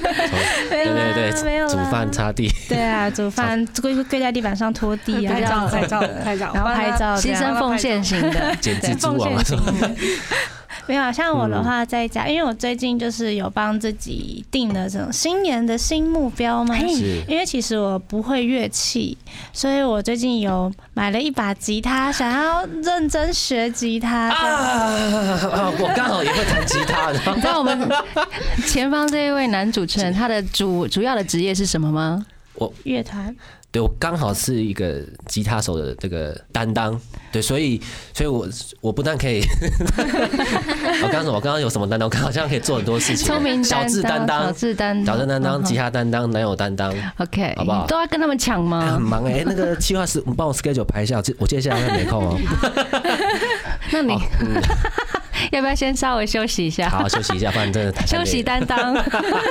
[SPEAKER 3] 对对，
[SPEAKER 5] 没有啦
[SPEAKER 3] 煮饭擦地，
[SPEAKER 5] 对啊，煮饭跪跪在地板上拖 地啊，
[SPEAKER 6] 拍照拍
[SPEAKER 5] 这 样
[SPEAKER 6] 照拍照，
[SPEAKER 5] 然后拍照这
[SPEAKER 2] 牺
[SPEAKER 5] 样
[SPEAKER 2] 牲奉献型的，
[SPEAKER 3] 剪
[SPEAKER 5] 对
[SPEAKER 3] 蜘蛛网
[SPEAKER 5] 奉
[SPEAKER 3] 啊
[SPEAKER 5] 献， 没有，啊像我
[SPEAKER 2] 嗯
[SPEAKER 5] 的话在家，因为我最近就是有帮自己定了这种新年的新目标
[SPEAKER 2] 哎
[SPEAKER 5] 嘛。
[SPEAKER 3] 是
[SPEAKER 5] 因为其实我不会乐器，所以我最近有买了一把吉他，想要认真学吉
[SPEAKER 2] 哎
[SPEAKER 5] 他。
[SPEAKER 3] 啊啊，我刚好也会弹吉他，然后
[SPEAKER 2] 你知道我 们前方这一位男主持人他的主主要的职业是什么吗？
[SPEAKER 5] 乐团
[SPEAKER 3] 对我刚好是一个吉他手的这个担当，对，所以，所以我我不但可 以，我刚刚什么？我刚刚有什么担当？我好像可以做很多事情，
[SPEAKER 2] 聪明
[SPEAKER 3] 小智担当
[SPEAKER 2] 小智担
[SPEAKER 3] 小
[SPEAKER 2] 当，
[SPEAKER 3] 镇担当、吉
[SPEAKER 2] 他
[SPEAKER 3] 他担当、男友担当，
[SPEAKER 2] ，OK，
[SPEAKER 3] 好不好
[SPEAKER 2] 都要跟他们抢
[SPEAKER 3] 哎很
[SPEAKER 2] 吗？
[SPEAKER 3] 忙哎、那个计划是，你帮我 schedule 排一下，我接我接下来会没空哦、
[SPEAKER 2] 那 你
[SPEAKER 3] 好，嗯，
[SPEAKER 2] 要不要先稍微休息一下？
[SPEAKER 3] 好，休息一下，不然真的太
[SPEAKER 2] 休息。担当，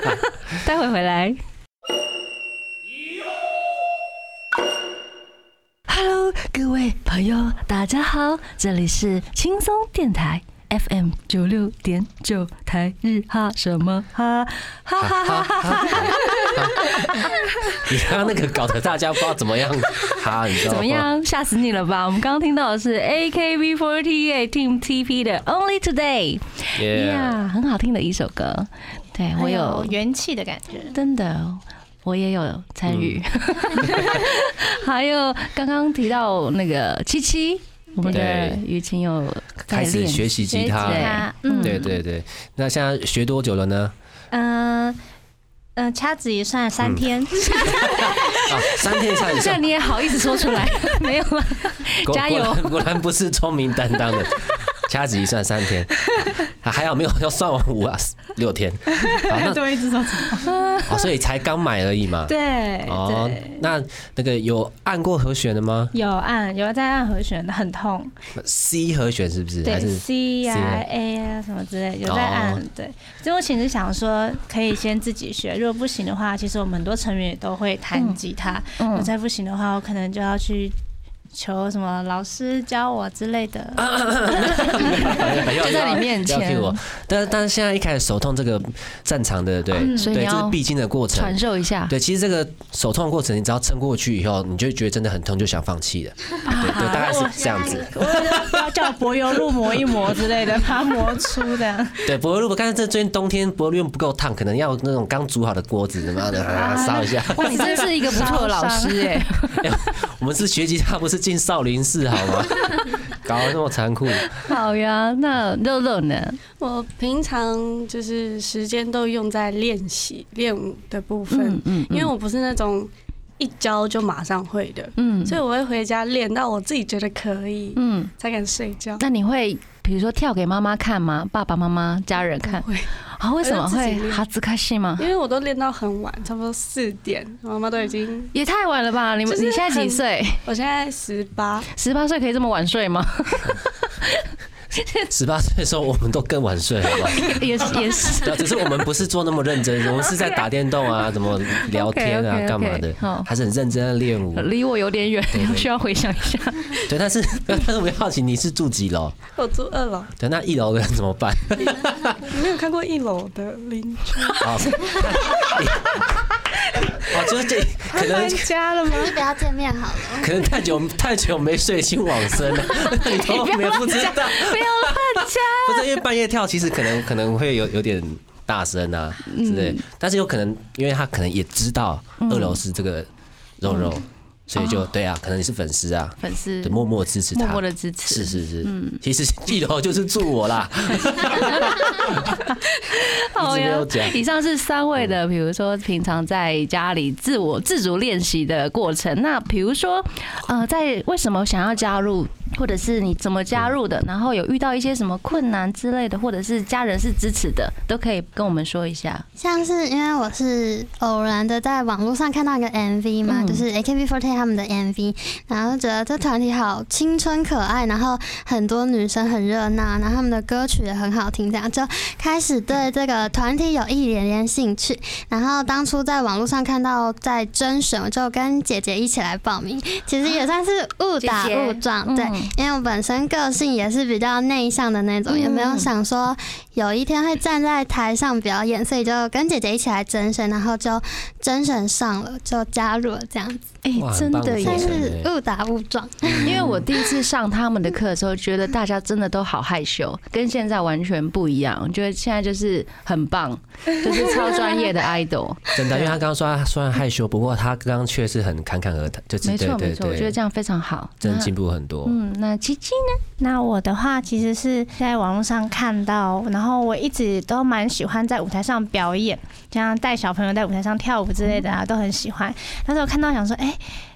[SPEAKER 2] 待会回来。Hello，各位朋友，大家好，这里是轻松电台 FM 九六点九台日哈什么哈哈哈哈哈哈，
[SPEAKER 3] 你刚刚那个搞得大家不知道怎么样，哈，你知 道
[SPEAKER 2] 怎
[SPEAKER 3] 吗？
[SPEAKER 2] 么样？ 吓死你了吧？我们刚刚听到的是 AKB48 Team TP 的 Only Today，
[SPEAKER 3] Yeah
[SPEAKER 2] 哎呀，很好听的一首歌。对我有
[SPEAKER 5] 元气的感觉。
[SPEAKER 2] 真的，我也有参与。
[SPEAKER 3] 嗯
[SPEAKER 2] 还有刚刚提到那个七七，我们的
[SPEAKER 3] 对
[SPEAKER 2] 雨晴有
[SPEAKER 3] 开始学习吉他
[SPEAKER 2] 学。吉
[SPEAKER 7] 他
[SPEAKER 2] 嗯
[SPEAKER 3] 对对对，那现在学多久了呢？
[SPEAKER 5] 嗯嗯，掐指一算，三天。
[SPEAKER 3] 啊，三天上以
[SPEAKER 2] 这
[SPEAKER 3] 上
[SPEAKER 2] 样。你也好意思 说出来，没有啦，
[SPEAKER 3] 果
[SPEAKER 2] 加油
[SPEAKER 3] 果然 果然不是聪明担当的，掐指一算三天，啊还还好没有要算完五啊六天，好那
[SPEAKER 5] 对，一直都
[SPEAKER 3] 哦，所以才刚买而已嘛。
[SPEAKER 5] 对
[SPEAKER 3] 哦，那那个有按过和弦的吗
[SPEAKER 5] 有按有在按和弦的，很痛。
[SPEAKER 3] ？C 和弦是不是？还
[SPEAKER 5] 对
[SPEAKER 3] 是
[SPEAKER 5] ，C 呀、A 啊什么之类，有在按。
[SPEAKER 3] 哦
[SPEAKER 5] 对，所以我其实想说，可以先自己学。如果不行的话，其实我们很多成员也都会弹吉他。我、
[SPEAKER 2] 嗯，
[SPEAKER 5] 再不行的话，我可能就要去求什么老师教我之类的。
[SPEAKER 3] 就
[SPEAKER 2] 就在你面前
[SPEAKER 3] 我，但但是现在一开始手痛这个战场的，对
[SPEAKER 2] 嗯所以你
[SPEAKER 3] 对，这是
[SPEAKER 2] 要
[SPEAKER 3] 必经的过程
[SPEAKER 2] 传。授一 下。
[SPEAKER 3] 对，其实这个手痛的过程，你只要撑过去以后，你就觉得真的很痛，就想放弃了。对对，大概是这样子。
[SPEAKER 5] 我就要叫柏油路磨一磨之类的，把它磨出这样。
[SPEAKER 3] 对，柏油路，但是这最近冬天柏油路不够烫，可能要那种刚煮好的锅子，怎么样的啊烧一下。
[SPEAKER 2] 哇，你真是一个不错的老师哎、
[SPEAKER 3] 我们是学吉他，不是进少林寺好吗？搞得那么残酷，
[SPEAKER 2] 好呀，那肉肉呢？
[SPEAKER 6] 我平常就是时间都用在练习练舞的部分，
[SPEAKER 2] 嗯
[SPEAKER 6] 因为我不是那种一教就马上会的，
[SPEAKER 2] 嗯
[SPEAKER 6] 所以我会回家练到我自己觉得可以
[SPEAKER 2] 嗯，
[SPEAKER 6] 才敢睡觉。
[SPEAKER 2] 那你会比如说跳给妈妈看吗？爸爸妈妈、家人看
[SPEAKER 6] 不会，
[SPEAKER 2] 啊？为什么
[SPEAKER 6] 我就自己
[SPEAKER 2] 会
[SPEAKER 6] 练
[SPEAKER 2] 哈兹卡西吗？
[SPEAKER 6] 因为我都练到很晚，差不多四点，我妈妈都已 经。
[SPEAKER 2] 也太晚了吧！你们
[SPEAKER 6] 就是
[SPEAKER 2] 你现在几
[SPEAKER 6] 很
[SPEAKER 2] 岁？
[SPEAKER 6] 我现在十八，
[SPEAKER 2] 十八岁可以这么晚睡吗？
[SPEAKER 3] 十八岁的时候我们都更晚睡，好不好？
[SPEAKER 2] 也是也 是。
[SPEAKER 3] 对啊，只是我们不是做那么认真，我们是在打电动啊，怎么聊天啊，
[SPEAKER 2] OK，OK，OK，
[SPEAKER 3] 干嘛的
[SPEAKER 2] 好，
[SPEAKER 3] 还是很认真的 练舞。
[SPEAKER 2] 离我有点远
[SPEAKER 3] 对，对
[SPEAKER 2] 我需要回想一下。
[SPEAKER 3] 对，但是 但是我们好奇你是住几楼？
[SPEAKER 6] 我住二楼，
[SPEAKER 3] 对，那一楼的人怎么办？
[SPEAKER 6] 没有看过一楼的邻居，
[SPEAKER 3] 啊，哦，就是这可能
[SPEAKER 5] 搬家了吗？
[SPEAKER 4] 还是不要见面好了。
[SPEAKER 3] 可能太久太久没睡，心往 生了，你都没不知道，
[SPEAKER 2] 不要乱加。
[SPEAKER 3] 不是因为半夜跳，其实可能可能会有有点大声啊
[SPEAKER 2] 嗯
[SPEAKER 3] 之类，但是有可能因为他可能也知道二楼是这个肉肉，
[SPEAKER 2] 嗯
[SPEAKER 3] 所以就对啊，可能你是粉丝啊，
[SPEAKER 2] 粉丝
[SPEAKER 3] 对，默默支持他，
[SPEAKER 2] 哦嗯默默的支持。嗯
[SPEAKER 3] 是是是，其实一楼就是住我 啦，
[SPEAKER 2] 好
[SPEAKER 3] 一直没
[SPEAKER 2] 呀
[SPEAKER 3] 有讲，
[SPEAKER 2] 哎以上是三位的，比如说平常在家里自我自主练习的过程。那比如说，呃，在为什么想要加入，或者是你怎么加入的，然后有遇到一些什么困难之类的，或者是家人是支持的，都可以跟我们说一下。
[SPEAKER 4] 像是因为我是偶然的在网络上看到一个 MV 嘛，
[SPEAKER 2] 嗯
[SPEAKER 4] 就是 AKB48 他们的 MV，然后觉得这团体好青春可爱，然后很多女生很热闹，然后他们的歌曲也很好听，这样就开始对这个团体有一点点兴趣。然后当初在网络上看到在甄选，我就跟姐姐一起来报名，其实也算是误打
[SPEAKER 2] 姐姐
[SPEAKER 4] 误撞，对，
[SPEAKER 2] 嗯
[SPEAKER 4] 因为我本身个性也是比较内向的那种，也没有想说有一天会站在台上表演，所以就跟姐姐一起来甄选，然后就甄选上了，就加入了这样子，
[SPEAKER 2] 哎
[SPEAKER 3] 哇很
[SPEAKER 2] 真
[SPEAKER 3] 棒
[SPEAKER 2] 的
[SPEAKER 3] 的
[SPEAKER 2] 耶
[SPEAKER 3] 过
[SPEAKER 4] 算
[SPEAKER 3] 程
[SPEAKER 4] 是误打误撞。
[SPEAKER 2] 因为我第一次上他们的课的时候，觉得大家真的都好害羞，跟现在完全不一样。我觉得现在就是很棒，就是超专业的 idol。
[SPEAKER 3] 真的，因为他刚刚说他虽然害羞，不过他刚刚确实很侃侃而谈，就是
[SPEAKER 2] 没
[SPEAKER 3] 对
[SPEAKER 2] 错没
[SPEAKER 3] 对
[SPEAKER 2] 错，我觉得
[SPEAKER 3] 对，
[SPEAKER 2] 这样非常好。
[SPEAKER 3] 真的
[SPEAKER 2] 那
[SPEAKER 3] 进步很多。
[SPEAKER 2] 嗯，那琪琪
[SPEAKER 5] 那我的话其实是在网络上看到，然后我一直都蛮喜欢在舞台上表演，像带小朋友在舞台上跳舞之类的啊，都很喜欢。但是我看到想说，哎、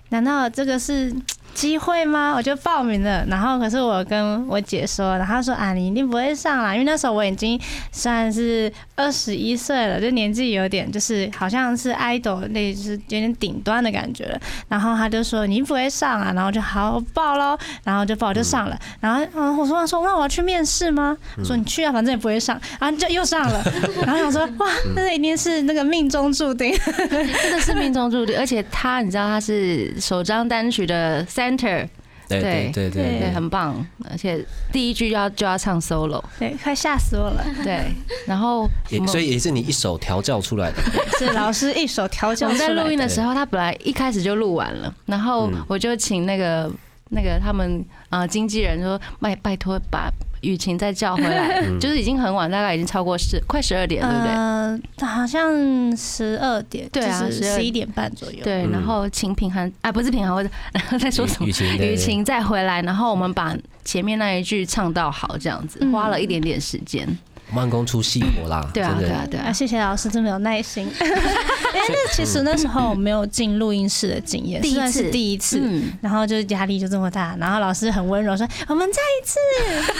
[SPEAKER 5] 难道这个是机会吗？我就报名了。然后可是我跟我姐说，然后她说啊，你一定不会上啦，因为那时候我已经算是二十一岁了，就年纪有点就是好像是 idol 那就是有点顶端的感觉了。然后她就说你一定不会上啊，然后我就好我报喽，然后就报我就上了。然后嗯，我说说那我要去面试吗？我说你去啊，反正也不会上，然后就又上了。然后想说哇，那一定是那个命中注定。
[SPEAKER 2] 真的是命中注定，而且他你知道他是首张单曲的
[SPEAKER 3] 嗯
[SPEAKER 2] center，
[SPEAKER 3] 对对对
[SPEAKER 5] 对
[SPEAKER 2] 对，
[SPEAKER 3] 对
[SPEAKER 2] 很棒，而且第一句就要就要唱 solo，
[SPEAKER 5] 对，快吓死我了！
[SPEAKER 2] 对，然后
[SPEAKER 3] 对，也所以也是你一手调教出来的。
[SPEAKER 5] 是老师一手调
[SPEAKER 2] 我
[SPEAKER 5] 教
[SPEAKER 2] 们
[SPEAKER 5] 出
[SPEAKER 2] 在录
[SPEAKER 5] 来
[SPEAKER 2] 音
[SPEAKER 5] 的。
[SPEAKER 2] 的时候，他本来一开始就录完了，然后
[SPEAKER 3] 嗯
[SPEAKER 2] 呃我就请那个那个他们啊经纪人说，拜拜托把雨晴再叫回来，
[SPEAKER 3] 嗯
[SPEAKER 2] 就是已经很晚，大概已经超过十快十二点，对不对？
[SPEAKER 5] 呃，好像十二点，
[SPEAKER 2] 对啊
[SPEAKER 5] 就是
[SPEAKER 2] 12
[SPEAKER 5] 十一点半左右。
[SPEAKER 2] 对，
[SPEAKER 3] 嗯
[SPEAKER 2] 然后请品涵啊，不是品涵，我在 说什么
[SPEAKER 3] 雨？晴，对
[SPEAKER 2] 雨晴再回来，然后我们把前面那一句唱到好，这样子
[SPEAKER 5] 嗯
[SPEAKER 2] 花了一点点时间。
[SPEAKER 3] 慢工出细活啦，
[SPEAKER 2] 对啊，
[SPEAKER 3] 真
[SPEAKER 2] 对
[SPEAKER 3] 的
[SPEAKER 2] 啊，对
[SPEAKER 5] 啊，
[SPEAKER 2] 啊，
[SPEAKER 5] 谢谢老师，这么有耐心。 因为那其实那时候我没有进录音室的经验，
[SPEAKER 2] 第一
[SPEAKER 5] 虽然是
[SPEAKER 2] 次
[SPEAKER 5] 第一次，
[SPEAKER 2] 嗯，
[SPEAKER 5] 然后就压力就这么大，然后老师很温柔说：“我们再一次。”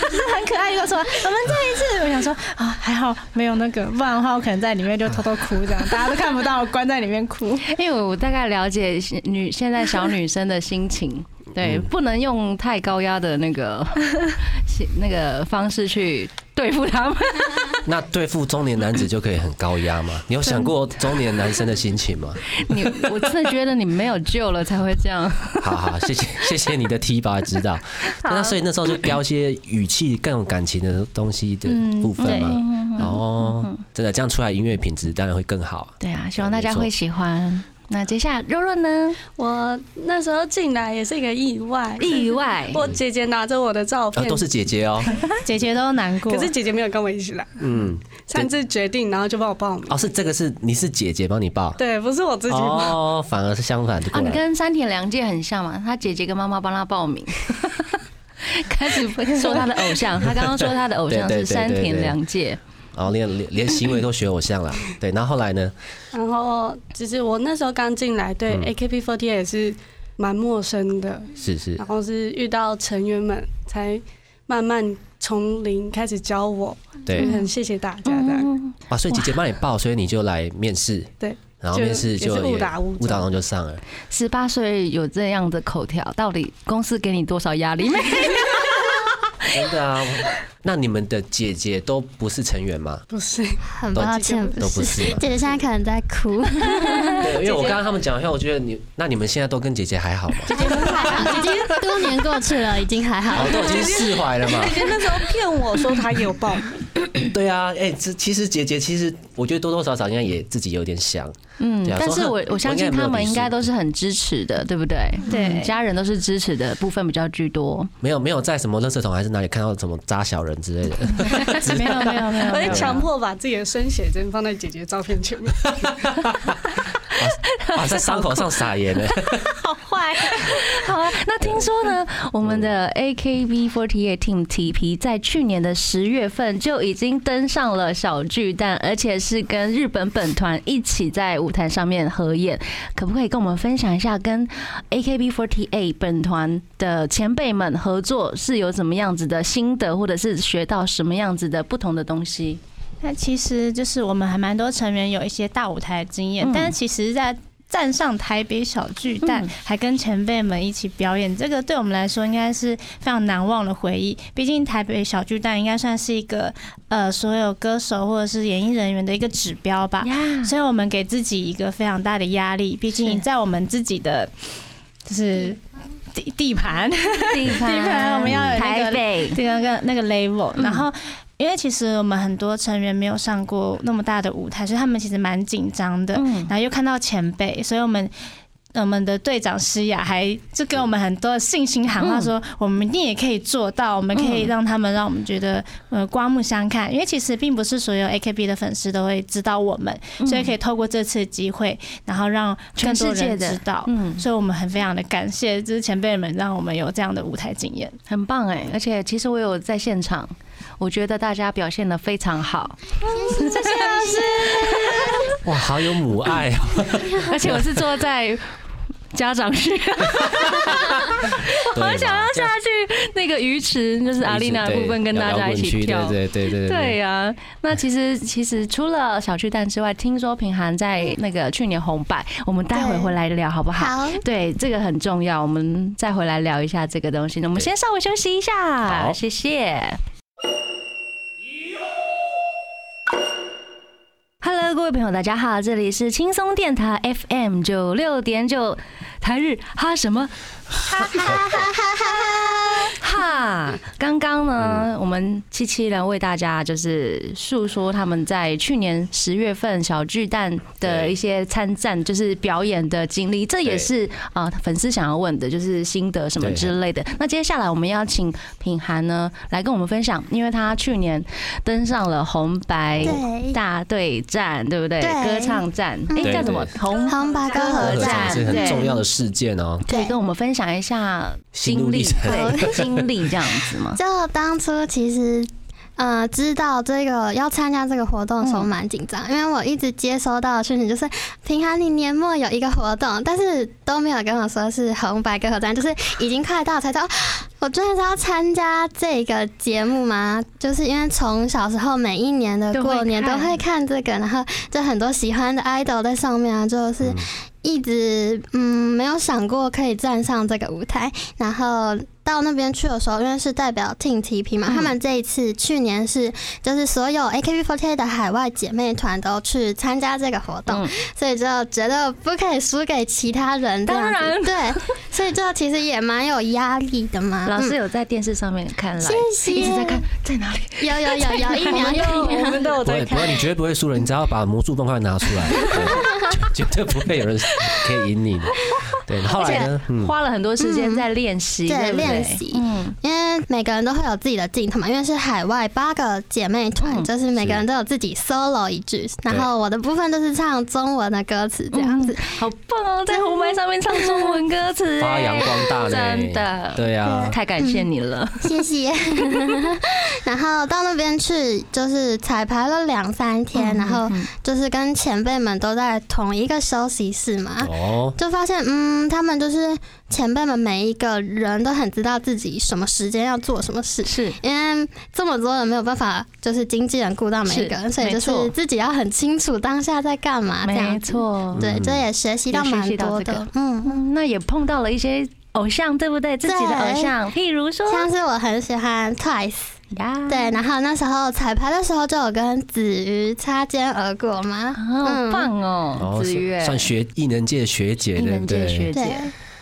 [SPEAKER 5] 就是 很可爱，又说：“我们 再一次。”我想说啊，还好没有那个，不然的话我可能在里面就偷偷哭，这样大家都看不到，我关在里面哭。
[SPEAKER 2] 因为我大概了解女现在小女生的心情，
[SPEAKER 3] 嗯
[SPEAKER 2] 对，不能用太高压的那 个心那个方式去对付他们。
[SPEAKER 3] 那对付中年男子就可以很高压吗？你有想过中年男生的心 情吗？
[SPEAKER 2] 你我真的觉得你没有救了才会这样。
[SPEAKER 3] 好好，谢谢谢谢你的提拔指导。那所以那时候就标一些语气更有感情的东西的
[SPEAKER 2] 嗯
[SPEAKER 3] 部分嘛。哦，真的这样出来音乐品质当然会更好。
[SPEAKER 2] 对啊，希望大家会喜欢。那接下来肉肉呢？
[SPEAKER 6] 我那时候进来也是一个意外，
[SPEAKER 5] 哎
[SPEAKER 2] 意外
[SPEAKER 6] 我姐姐拿着我的照
[SPEAKER 3] 啊，
[SPEAKER 6] 片，
[SPEAKER 3] 都是姐姐哦，
[SPEAKER 5] 姐姐都难过，
[SPEAKER 6] 可是姐姐没有跟我一起来，
[SPEAKER 3] 嗯，
[SPEAKER 6] 擅自决定，然后就帮我报名。
[SPEAKER 3] 哦，是这个是你是姐姐帮你报，
[SPEAKER 6] 对，不是我自己报，
[SPEAKER 3] 哦，反而是相反的
[SPEAKER 2] 啊，
[SPEAKER 3] 过
[SPEAKER 2] 你
[SPEAKER 3] 来，
[SPEAKER 2] 跟山田凉介很像嘛，他姐姐跟妈妈帮他报 名。开始说他的偶像，他刚刚说他的偶像
[SPEAKER 3] 对
[SPEAKER 2] 是
[SPEAKER 3] 对对
[SPEAKER 2] 山田凉介，
[SPEAKER 3] 哦，连连连行为都学偶像了，对，然后后来呢，
[SPEAKER 6] 然后就是我那时候刚进来，对
[SPEAKER 3] 嗯
[SPEAKER 6] AKB48 也是蛮陌生的，
[SPEAKER 3] 是是
[SPEAKER 6] 然后是遇到成员们才慢慢从零开始教我，
[SPEAKER 3] 对
[SPEAKER 2] 哎
[SPEAKER 6] 也，很谢谢大家
[SPEAKER 2] 哦
[SPEAKER 6] 的，
[SPEAKER 3] 啊，所以姐姐帮你报，所以你就来面试，
[SPEAKER 6] 对，
[SPEAKER 3] 然后
[SPEAKER 6] 就
[SPEAKER 3] 面试
[SPEAKER 6] 也是
[SPEAKER 3] 就
[SPEAKER 6] 误打误撞
[SPEAKER 3] 误打误撞就上了，
[SPEAKER 2] 十八岁有这样的口条，到底公司给你多少压 力？
[SPEAKER 3] 真的啊。 那你们的姐姐都不是成员吗？
[SPEAKER 6] 不是，
[SPEAKER 4] 很抱歉，
[SPEAKER 3] 都不是嘛
[SPEAKER 4] 姐姐现在可能在哭，
[SPEAKER 3] 对，因为我刚刚他们讲一下，我觉得你，那你们现在都跟姐姐还好 吗？
[SPEAKER 4] 已经多年过去了，已经还好
[SPEAKER 3] 哦，。都已经释怀了嘛。
[SPEAKER 6] 姐姐那时候骗我说她有 报名，
[SPEAKER 3] 对啊，哎、这其实姐姐其实我觉得多多少少应该也自己有点想，
[SPEAKER 2] 嗯
[SPEAKER 3] 对啊，
[SPEAKER 2] 但是
[SPEAKER 3] 说
[SPEAKER 2] 我我相信他们应该都是很支持的，对不对？
[SPEAKER 5] 对
[SPEAKER 2] 嗯家人都是支持的部分比较居多。
[SPEAKER 3] 没有没有在什么垃圾桶还是哪里看到什么扎小人之类的。
[SPEAKER 5] 没有没有
[SPEAKER 2] 嗯
[SPEAKER 5] 没有
[SPEAKER 6] 我
[SPEAKER 5] 没
[SPEAKER 6] 会
[SPEAKER 5] 有，
[SPEAKER 6] 强迫把自己的生写真放在姐姐照片前面，
[SPEAKER 3] 啊，在伤口上撒 盐呢。
[SPEAKER 2] 好啊， 那听说呢，我们的 AKB48 Team TP 在去年的十月份就已经登上了小巨蛋，而且是跟日本本团一起在舞台上面合演。可不可以跟我们分享一下跟 AKB48 本团的前辈们合作是有怎么样子的心得，或者是学到什么样子的不同的东西？
[SPEAKER 5] 那其实就是我们还蛮多成员有一些大舞台的经验，
[SPEAKER 2] 嗯
[SPEAKER 5] 但是其实，在站上台北小巨蛋，
[SPEAKER 2] 嗯
[SPEAKER 5] 还跟前辈们一起表演，这个对我们来说应该是非常难忘的回忆。毕竟台北小巨蛋应该算是一个呃所有歌手或者是演艺人员的一个指标
[SPEAKER 2] 啊
[SPEAKER 5] 吧，
[SPEAKER 2] 嗯
[SPEAKER 5] 所以我们给自己一个非常大的压力。毕竟
[SPEAKER 2] 是
[SPEAKER 5] 在我们自己的就是地地盘，
[SPEAKER 2] 地
[SPEAKER 5] 地盘我们要有那个
[SPEAKER 2] 台北，
[SPEAKER 5] 这个跟那个 level，
[SPEAKER 2] 嗯
[SPEAKER 5] 然后。因为其实我们很多成员没有上过那么大的舞台，所以他们其实蛮紧张的。
[SPEAKER 2] 嗯
[SPEAKER 5] 然后又看到前辈，所以我们呃我们的队长诗雅还就给我们很多的信心喊话
[SPEAKER 2] 嗯
[SPEAKER 5] 说，我们一定也可以做到，我们可以
[SPEAKER 2] 嗯
[SPEAKER 5] 让他们让我们觉得呃刮目相看。因为其实并不是所有 AKB 的粉丝都会知道我们，所以可以透过这次的机会，然后让更
[SPEAKER 2] 嗯全
[SPEAKER 5] 多
[SPEAKER 2] 世界
[SPEAKER 5] 人
[SPEAKER 2] 的
[SPEAKER 5] 知道。
[SPEAKER 2] 嗯，
[SPEAKER 5] 所以我们很非常的感谢，就是前辈们让我们有这样的舞台经验。
[SPEAKER 2] 很棒
[SPEAKER 3] 嗯
[SPEAKER 2] 哎！而且其实我有在现场，我觉得大家表现的非常 好，
[SPEAKER 3] 哇，好有母爱
[SPEAKER 2] 嗯
[SPEAKER 3] 哦。
[SPEAKER 2] 而且我是坐在家长区，
[SPEAKER 3] 我
[SPEAKER 2] 我想要下去那个鱼池，就是阿丽娜的部分跟大家一起跳。
[SPEAKER 3] 对对对
[SPEAKER 2] 对呀、那其实其实除了小巨蛋之外，听说品涵在那个去年红白，我们待会
[SPEAKER 4] 对
[SPEAKER 2] 回来聊好不好？
[SPEAKER 4] 好，
[SPEAKER 2] 对，这个很重要，我们再回来聊一下这个东西。那我们
[SPEAKER 3] 对
[SPEAKER 2] 先稍微休息一下，
[SPEAKER 3] 好
[SPEAKER 2] 谢谢。Hello，各位朋友，大家好，这里是轻松电台 FM 九六点九，台日哈什么
[SPEAKER 4] 哈哈哈哈哈哈！
[SPEAKER 2] 哈啦，刚刚呢，我们七七人为大家就是诉说他们在去年十月份小巨蛋的
[SPEAKER 3] 对
[SPEAKER 2] 一些参战，就是表演的经历，这也
[SPEAKER 3] 对
[SPEAKER 2] 是啊、呃粉丝想要问的，就是心得什么
[SPEAKER 3] 对
[SPEAKER 2] 之类的。那接下来我们要请品涵呢来跟我们分享，因为他去年登上了红白
[SPEAKER 4] 对，
[SPEAKER 2] 大对战，对不对？
[SPEAKER 4] 对嗯
[SPEAKER 2] 歌唱战，哎、
[SPEAKER 3] 对
[SPEAKER 2] 叫什么？红
[SPEAKER 4] 红白歌合
[SPEAKER 3] 合唱
[SPEAKER 4] 战
[SPEAKER 3] 是很重要的事件哦，
[SPEAKER 2] 可以跟我们分享一下
[SPEAKER 3] 心
[SPEAKER 2] 经
[SPEAKER 3] 路
[SPEAKER 2] 历，
[SPEAKER 3] 历程
[SPEAKER 2] 对经历这样子吗？
[SPEAKER 4] 就当初其实。呃，知道这个要参加这个活动的时候蛮紧张，因为我一直接收到的讯息就是平安你年末有一个活动，但是都没有跟我说是红白歌合战，就是已经快到才知道，哦我真的是要参加这个节目吗？就是因为从小时候每一年的
[SPEAKER 5] 都会
[SPEAKER 4] 过年都
[SPEAKER 5] 看
[SPEAKER 4] 会看这个，然后就很多喜欢的 idol 在上面啊，就是
[SPEAKER 3] 嗯
[SPEAKER 4] 一直嗯没有想过可以站上这个舞台，然后到那边去的时候，因为是代表 Team TP
[SPEAKER 2] 嗯
[SPEAKER 4] 嘛，他们这一次去年是就是所有 AKB48 的海外姐妹团都去参加这个活动，
[SPEAKER 2] 嗯
[SPEAKER 4] 所以就觉得不可以输给其他人这样子，
[SPEAKER 2] 当然
[SPEAKER 4] 对，所以这其实也蛮有压力的嘛。
[SPEAKER 2] 老师
[SPEAKER 4] 嗯、
[SPEAKER 2] 有在电视上面看来，
[SPEAKER 4] 谢谢
[SPEAKER 2] 一直在看在哪里？
[SPEAKER 4] 有有有 有一秒有一秒，
[SPEAKER 5] 都有
[SPEAKER 3] 不会不会，你绝对不会输的，你只要把魔术方块 拿出来，对绝绝对不会有人可以赢你的。对，后
[SPEAKER 2] 而
[SPEAKER 3] 来呢？
[SPEAKER 2] 且
[SPEAKER 3] 嗯，
[SPEAKER 2] 花了很多时间在练习，
[SPEAKER 4] 对
[SPEAKER 2] 对不对
[SPEAKER 4] 练习
[SPEAKER 2] 嗯，
[SPEAKER 4] 因为每个人都会有自己的镜头嘛，因为是海外八个姐妹团，
[SPEAKER 2] 嗯
[SPEAKER 4] 就是每个人都有自己 solo 一句，然后我的部分都是唱中文的歌词这样子。
[SPEAKER 2] 好棒哦，在红白上面唱中文歌词，
[SPEAKER 3] 发扬光大呢，
[SPEAKER 2] 真的
[SPEAKER 3] 对啊，
[SPEAKER 2] 太感谢你了。
[SPEAKER 4] 谢谢。 然后到那边去，就是彩排了两三天，然后就是跟前辈们都在同一个休息室嘛，
[SPEAKER 3] 哦，
[SPEAKER 4] 就发现嗯，他们就是前辈们每一个人都很知道自己什么时间要做什么事。
[SPEAKER 2] 是，
[SPEAKER 4] 因为这么多人没有办法，就是经纪人顾到每一个人，
[SPEAKER 2] 是
[SPEAKER 4] 所以就
[SPEAKER 2] 没
[SPEAKER 4] 是
[SPEAKER 2] 错
[SPEAKER 4] 自己要很清楚当下在干嘛，这
[SPEAKER 2] 没
[SPEAKER 4] 样子。
[SPEAKER 2] 错。
[SPEAKER 4] 对，这也学习到
[SPEAKER 2] 也学
[SPEAKER 4] 蛮
[SPEAKER 2] 习到
[SPEAKER 4] 多
[SPEAKER 2] 这个
[SPEAKER 4] 的，嗯。
[SPEAKER 2] 嗯，那也碰到了一些偶像，对不对？自己的偶像，譬如说，
[SPEAKER 4] 像是我很喜欢 Twice，
[SPEAKER 2] 呀
[SPEAKER 4] 对，然后那时候彩排的时候就有跟子瑜擦肩而过嘛，
[SPEAKER 2] 好棒哦，
[SPEAKER 3] 哦
[SPEAKER 2] 子瑜，
[SPEAKER 3] 算学艺能界的学姐，
[SPEAKER 2] 艺
[SPEAKER 3] 对
[SPEAKER 2] 能
[SPEAKER 3] 不
[SPEAKER 2] 界的学
[SPEAKER 3] 对？
[SPEAKER 2] 姐
[SPEAKER 4] 对，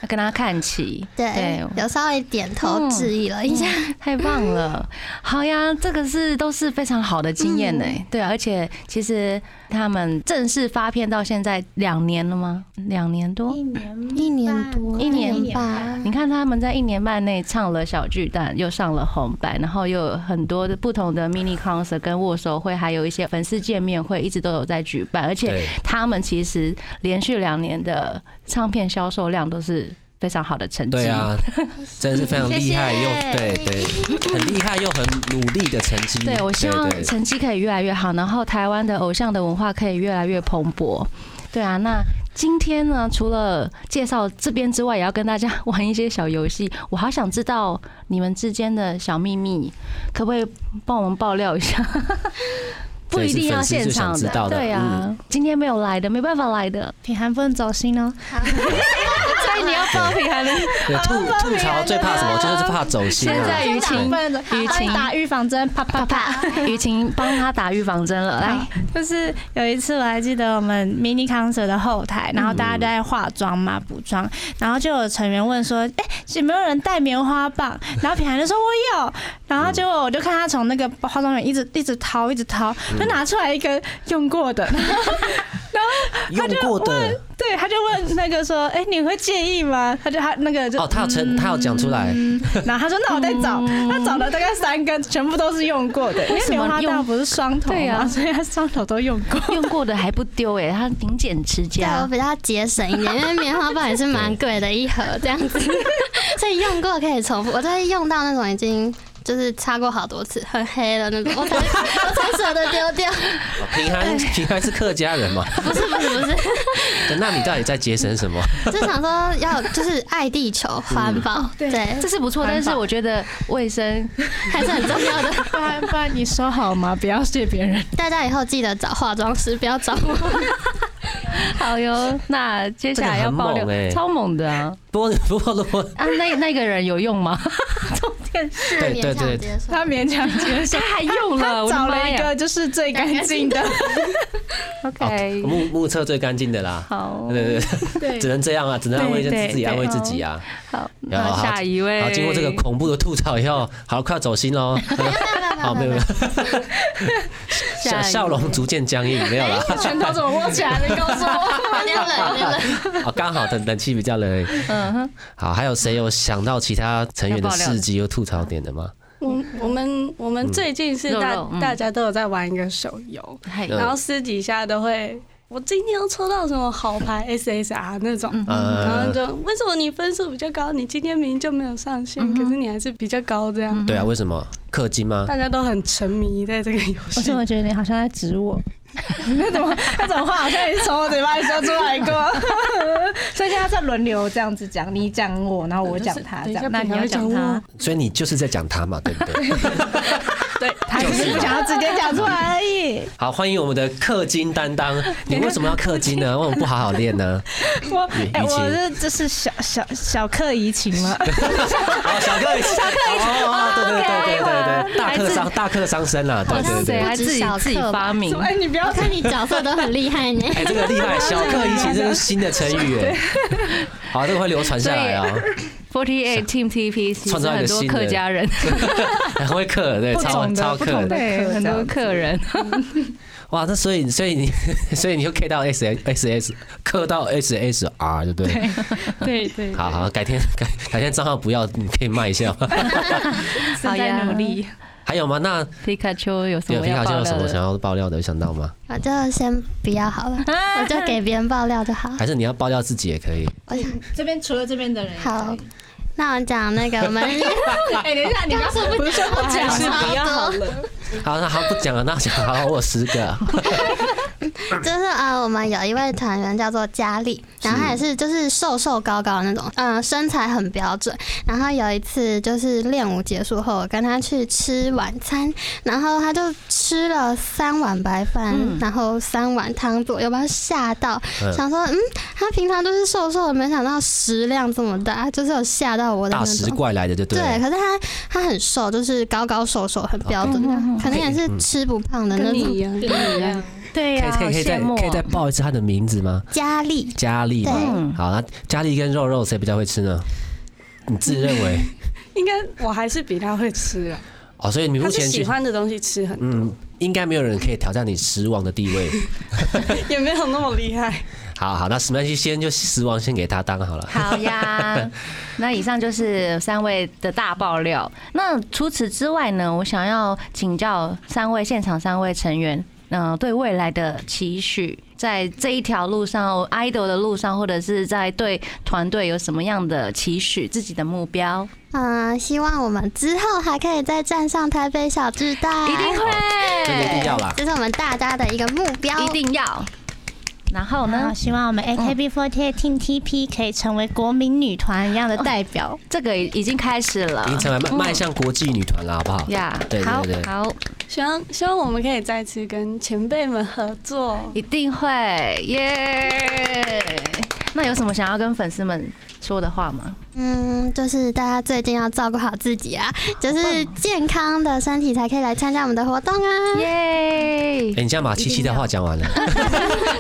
[SPEAKER 2] 要跟他看齐，
[SPEAKER 4] 对，有稍微点
[SPEAKER 2] 嗯
[SPEAKER 4] 头致意了一下，
[SPEAKER 2] 太棒 了，好呀，这个是都是非常好的经验呢、对啊，而且其实他们正式发片到现在两年了吗？两年多。
[SPEAKER 4] 嗯一年多，
[SPEAKER 2] 一年
[SPEAKER 4] 吧，
[SPEAKER 2] 你看他们在一年半内唱了小巨蛋，又上了红白，然后又有很多的不同的 mini concert 跟握手会，还有一些粉丝见面会，一直都有在举办。而且
[SPEAKER 3] 对，
[SPEAKER 2] 他们其实连续两年的唱片销售量都是非常好的成绩。
[SPEAKER 3] 对啊，真的是非常厉害又对对，很厉害又很努力的成绩。
[SPEAKER 2] 对，我希望
[SPEAKER 3] 对
[SPEAKER 2] 成绩可以越来越好，然后台湾的偶像的文化可以越来越蓬勃。对啊，那今天呢，除了介绍这边之外，也要跟大家玩一些小游戏。我好想知道你们之间的小秘密，可不可以帮我们爆料一 下？不一定要现场
[SPEAKER 3] 这也是粉丝最想知道的嗯
[SPEAKER 2] 对啊，今天没有来的，没办法来的，
[SPEAKER 5] 品涵不能走心哦，
[SPEAKER 2] 所以你要爆品还能
[SPEAKER 3] 对吐吐槽最怕什么？就是怕走心
[SPEAKER 2] 现
[SPEAKER 3] 啊
[SPEAKER 2] 在。舆情
[SPEAKER 5] 不能走，
[SPEAKER 2] 雨晴
[SPEAKER 5] 帮你打预防针，啪啪啪。
[SPEAKER 2] 雨晴帮他打预防针了， 来，
[SPEAKER 5] 就是有一次我还记得我们 mini concert 的后台，然后大家都在化妆嘛补妆，然后就有成员问说：“哎、有没有人带棉花棒？”然后品涵就说：“我有。”然后结果我就看他从那个化妆品一直一直掏一直掏，就拿出来一个用过的，
[SPEAKER 3] 用过的
[SPEAKER 5] 对，他就问那个说：“哎、你会介意吗？”他就他那个就
[SPEAKER 3] 哦，他有
[SPEAKER 2] 嗯
[SPEAKER 3] 成，他有讲出来，
[SPEAKER 5] 然后他说：“那我再找。”他找了大概三根，全部都是用过的，因为
[SPEAKER 2] 什么
[SPEAKER 5] 棉花
[SPEAKER 2] 用
[SPEAKER 5] 棒不是双 头
[SPEAKER 2] 对啊
[SPEAKER 5] 嘛，所以他双头都用过。
[SPEAKER 2] 用过的还不丢哎、他勤俭持
[SPEAKER 4] 对啊
[SPEAKER 2] 家
[SPEAKER 5] 啊
[SPEAKER 4] 我。比较节省一 点，因为棉花棒也是蛮贵的一盒这样子， 所以用过可以重复，我都会用到那种已经。就是擦过好多次，很黑的 那种，我才我才舍得丢掉。
[SPEAKER 3] 平
[SPEAKER 2] 哎
[SPEAKER 3] 安平安是客家人嘛？
[SPEAKER 4] 不是不是不是，
[SPEAKER 3] 对那你到底在节省什么？
[SPEAKER 4] 就想说要就是爱地球、环保，对，
[SPEAKER 5] 啊
[SPEAKER 2] 这是不错，但是我觉得卫生
[SPEAKER 4] 还是很重要的。
[SPEAKER 5] 不然不然，你说好吗？不要谢别人。
[SPEAKER 4] 大家以后记得找化妆师，不要找我。
[SPEAKER 2] 好哟。那接下来要爆
[SPEAKER 3] 这
[SPEAKER 2] 料，
[SPEAKER 3] 个很猛欸
[SPEAKER 2] 超猛的啊！
[SPEAKER 3] 不过不过如果
[SPEAKER 2] 啊，那那个人有用吗？重点
[SPEAKER 5] 更
[SPEAKER 4] 是
[SPEAKER 3] 对
[SPEAKER 4] 勉
[SPEAKER 3] 对
[SPEAKER 4] 强
[SPEAKER 3] 对
[SPEAKER 4] 接受。
[SPEAKER 5] 他勉强接受，
[SPEAKER 2] 还用了，
[SPEAKER 5] 他
[SPEAKER 2] 我的
[SPEAKER 5] 找
[SPEAKER 2] 妈
[SPEAKER 5] 了一
[SPEAKER 2] 呀
[SPEAKER 5] 个就是最干 净的，
[SPEAKER 2] ！OK，
[SPEAKER 3] 目目测最干净的啦。
[SPEAKER 2] 好，
[SPEAKER 3] 对对对，只能这样啊，只能安慰一下
[SPEAKER 5] 对
[SPEAKER 3] 自己，
[SPEAKER 5] 对
[SPEAKER 3] 安慰自己啊。
[SPEAKER 2] 好，
[SPEAKER 3] 好
[SPEAKER 2] 那
[SPEAKER 3] 好
[SPEAKER 2] 下一位，
[SPEAKER 3] 好，经过这个恐怖的吐槽以后，好，快要走心喽。好，没有没有，
[SPEAKER 2] 下
[SPEAKER 3] 笑
[SPEAKER 2] 一位
[SPEAKER 3] 笑容逐渐僵硬，没有啦。
[SPEAKER 5] 拳头怎么握起来的？告 诉我。
[SPEAKER 4] 有点冷，有点冷。
[SPEAKER 3] 哦，刚好等冷气比较冷而已。
[SPEAKER 2] 嗯哼，
[SPEAKER 3] 好，还有谁有想到其他成员的事迹有吐槽点的吗？
[SPEAKER 6] 我我们我们最近是大
[SPEAKER 2] 肉肉嗯
[SPEAKER 6] 大家都有在玩一个手游，
[SPEAKER 5] 哎
[SPEAKER 2] 嗨
[SPEAKER 3] 嗯
[SPEAKER 6] 然后私底下都会，我今天又抽到什么好牌 SSR 那种，
[SPEAKER 5] 嗯
[SPEAKER 6] 然后
[SPEAKER 3] 呃，
[SPEAKER 6] 就为什么你分数比较高，你今天明明就没有上线，可是你还是比较高这样。
[SPEAKER 3] 对啊，为什么氪金吗？
[SPEAKER 6] 大家都很沉迷在这个游
[SPEAKER 5] 我
[SPEAKER 6] 戏
[SPEAKER 5] 怎，么觉得你好像在指我？那怎么那种话好像也是从我嘴巴里说出来过，所以现在在轮流这样子讲，你讲我，然后我讲他，
[SPEAKER 6] 等
[SPEAKER 5] 这
[SPEAKER 6] 一下
[SPEAKER 5] 样那你要讲
[SPEAKER 6] 平常
[SPEAKER 5] 他
[SPEAKER 6] 会，
[SPEAKER 3] 所以你就是在讲他嘛，对 不对？
[SPEAKER 6] 对，
[SPEAKER 5] 他只啊是不想要直接讲出来而 已。
[SPEAKER 3] 好，欢迎我们的氪金担 当。你为什么要氪金呢？为什么不好好练呢？
[SPEAKER 5] 我
[SPEAKER 3] 疫
[SPEAKER 5] 哎，
[SPEAKER 3] 疫情
[SPEAKER 5] 我这这是小小小克怡情 了，
[SPEAKER 3] 哦，小氪金，小氪金，哦，对对对
[SPEAKER 5] 哎
[SPEAKER 3] 对对对，大
[SPEAKER 2] 还是
[SPEAKER 3] 氪 伤大氪伤身啊，对对
[SPEAKER 2] 谁
[SPEAKER 3] 对。
[SPEAKER 2] 还自己自己发明？
[SPEAKER 5] 哎，你不要
[SPEAKER 4] 我看你角色都很厉害呢。
[SPEAKER 3] 哎，这个厉害，小氪怡情这是新的成语 哎，好，这个会流传下来啊，
[SPEAKER 2] Forty Eight Team TP 其实
[SPEAKER 3] 创造一
[SPEAKER 2] 很
[SPEAKER 3] 个
[SPEAKER 2] 多
[SPEAKER 3] 新的
[SPEAKER 2] 客家人，
[SPEAKER 3] 很会氪，对，
[SPEAKER 5] 不
[SPEAKER 3] 超
[SPEAKER 5] 同
[SPEAKER 3] 超
[SPEAKER 5] 的不同
[SPEAKER 3] 氪
[SPEAKER 5] 的
[SPEAKER 2] 对，
[SPEAKER 5] 客
[SPEAKER 2] 很多
[SPEAKER 5] 这样子
[SPEAKER 2] 客人。
[SPEAKER 3] 哇，那所以所以你 所以你就 K 到 S S S 氪到 S S R 对不对？
[SPEAKER 6] 对对，
[SPEAKER 3] 好好，改天改改天账号不要，你可以卖一下。
[SPEAKER 5] 正在努力。
[SPEAKER 3] 还有吗？那
[SPEAKER 2] 皮卡丘有什
[SPEAKER 3] 有
[SPEAKER 2] 么
[SPEAKER 3] 平
[SPEAKER 2] 要
[SPEAKER 3] 好像
[SPEAKER 2] 爆
[SPEAKER 3] 有什
[SPEAKER 2] 料
[SPEAKER 3] 么想
[SPEAKER 2] 的？
[SPEAKER 3] 要爆料的，有想到吗？
[SPEAKER 4] 我就先不要好了，我就给别人爆料就好。
[SPEAKER 3] 还是你要爆料自己也可以？
[SPEAKER 4] 我想
[SPEAKER 5] 这边除了这边的人，
[SPEAKER 4] 好，那我讲那个我们
[SPEAKER 5] 哎，等一下，你不要说不是我
[SPEAKER 6] 还是
[SPEAKER 4] 差不
[SPEAKER 6] 比较好了。
[SPEAKER 3] 好，那好不讲了，那讲好了，我有十个。
[SPEAKER 4] 就是呃，我们有一位团员叫做佳丽，然后她也是就是瘦瘦高高的那种，嗯、身材很标准。然后有一次就是练舞结束后，我跟她去吃晚餐，然后她就吃了三碗白饭，
[SPEAKER 2] 嗯
[SPEAKER 4] 然后三碗汤左右，把她吓到，
[SPEAKER 3] 嗯
[SPEAKER 4] 想说嗯，她平常都是瘦瘦的，没想到食量这么大，就是有吓到我的
[SPEAKER 3] 大
[SPEAKER 4] 那
[SPEAKER 3] 食
[SPEAKER 4] 种。
[SPEAKER 3] 怪来的就对
[SPEAKER 4] 对，
[SPEAKER 3] 了。
[SPEAKER 4] 可是她她很瘦，就是高高瘦瘦，很标准，
[SPEAKER 2] 哦嗯
[SPEAKER 4] 可能也是吃不胖的那
[SPEAKER 6] 跟你
[SPEAKER 4] 种
[SPEAKER 6] 一。样，
[SPEAKER 5] 对呀，
[SPEAKER 3] 可以可以可以再
[SPEAKER 5] 羡慕
[SPEAKER 3] 可以再报一次他的名字吗？
[SPEAKER 4] 佳丽，
[SPEAKER 3] 佳丽嘛
[SPEAKER 4] 对。
[SPEAKER 2] 嗯
[SPEAKER 3] 好，那佳丽跟肉肉谁比较会吃呢？你自认为？
[SPEAKER 6] 应该我还是比他会吃啊，
[SPEAKER 3] 哦，所以你目
[SPEAKER 6] 他是
[SPEAKER 3] 前
[SPEAKER 6] 喜
[SPEAKER 3] 去，
[SPEAKER 6] 欢的东西吃很，
[SPEAKER 3] 嗯，应该没有人可以挑战你食王的地位。
[SPEAKER 6] 也没有那么厉害。
[SPEAKER 3] 好好，那史曼西先就食王先给他当好了。
[SPEAKER 2] 好 呀，那以上就是三位的大爆料。那除此之外呢，我想要请教三位现场三位成员，嗯、对未来的期许，在这一条路上，idol 的路上，或者是在对团队有什么样的期许，自己的目标，
[SPEAKER 4] 嗯，希望我们之后还可以再站上台北小巨蛋，
[SPEAKER 2] 一定
[SPEAKER 3] 这个一定
[SPEAKER 2] 会，
[SPEAKER 3] 要啦。
[SPEAKER 4] 这是我们大家的一个目标。
[SPEAKER 2] 一定要。然后
[SPEAKER 5] 然
[SPEAKER 2] 呢
[SPEAKER 5] 后，希望我们 AKB48 Team TP 可以成为国民女团一样的代表。
[SPEAKER 2] 这个已经开始了嗯
[SPEAKER 3] 已，经成为迈迈向国际女团了，好不好？
[SPEAKER 2] 呀
[SPEAKER 3] 对，
[SPEAKER 2] 好
[SPEAKER 3] 对对
[SPEAKER 2] 好，
[SPEAKER 6] 希望希望我们可以再次跟前辈们合作，
[SPEAKER 2] 一定会耶！那有什么想要跟粉丝们说的话吗？
[SPEAKER 4] 嗯，就是大家最近要照顾好自己啊，就是健康的身体才可以来参加我们的活动啊。
[SPEAKER 2] 耶！
[SPEAKER 3] 哎，你这样把七七的话讲完了，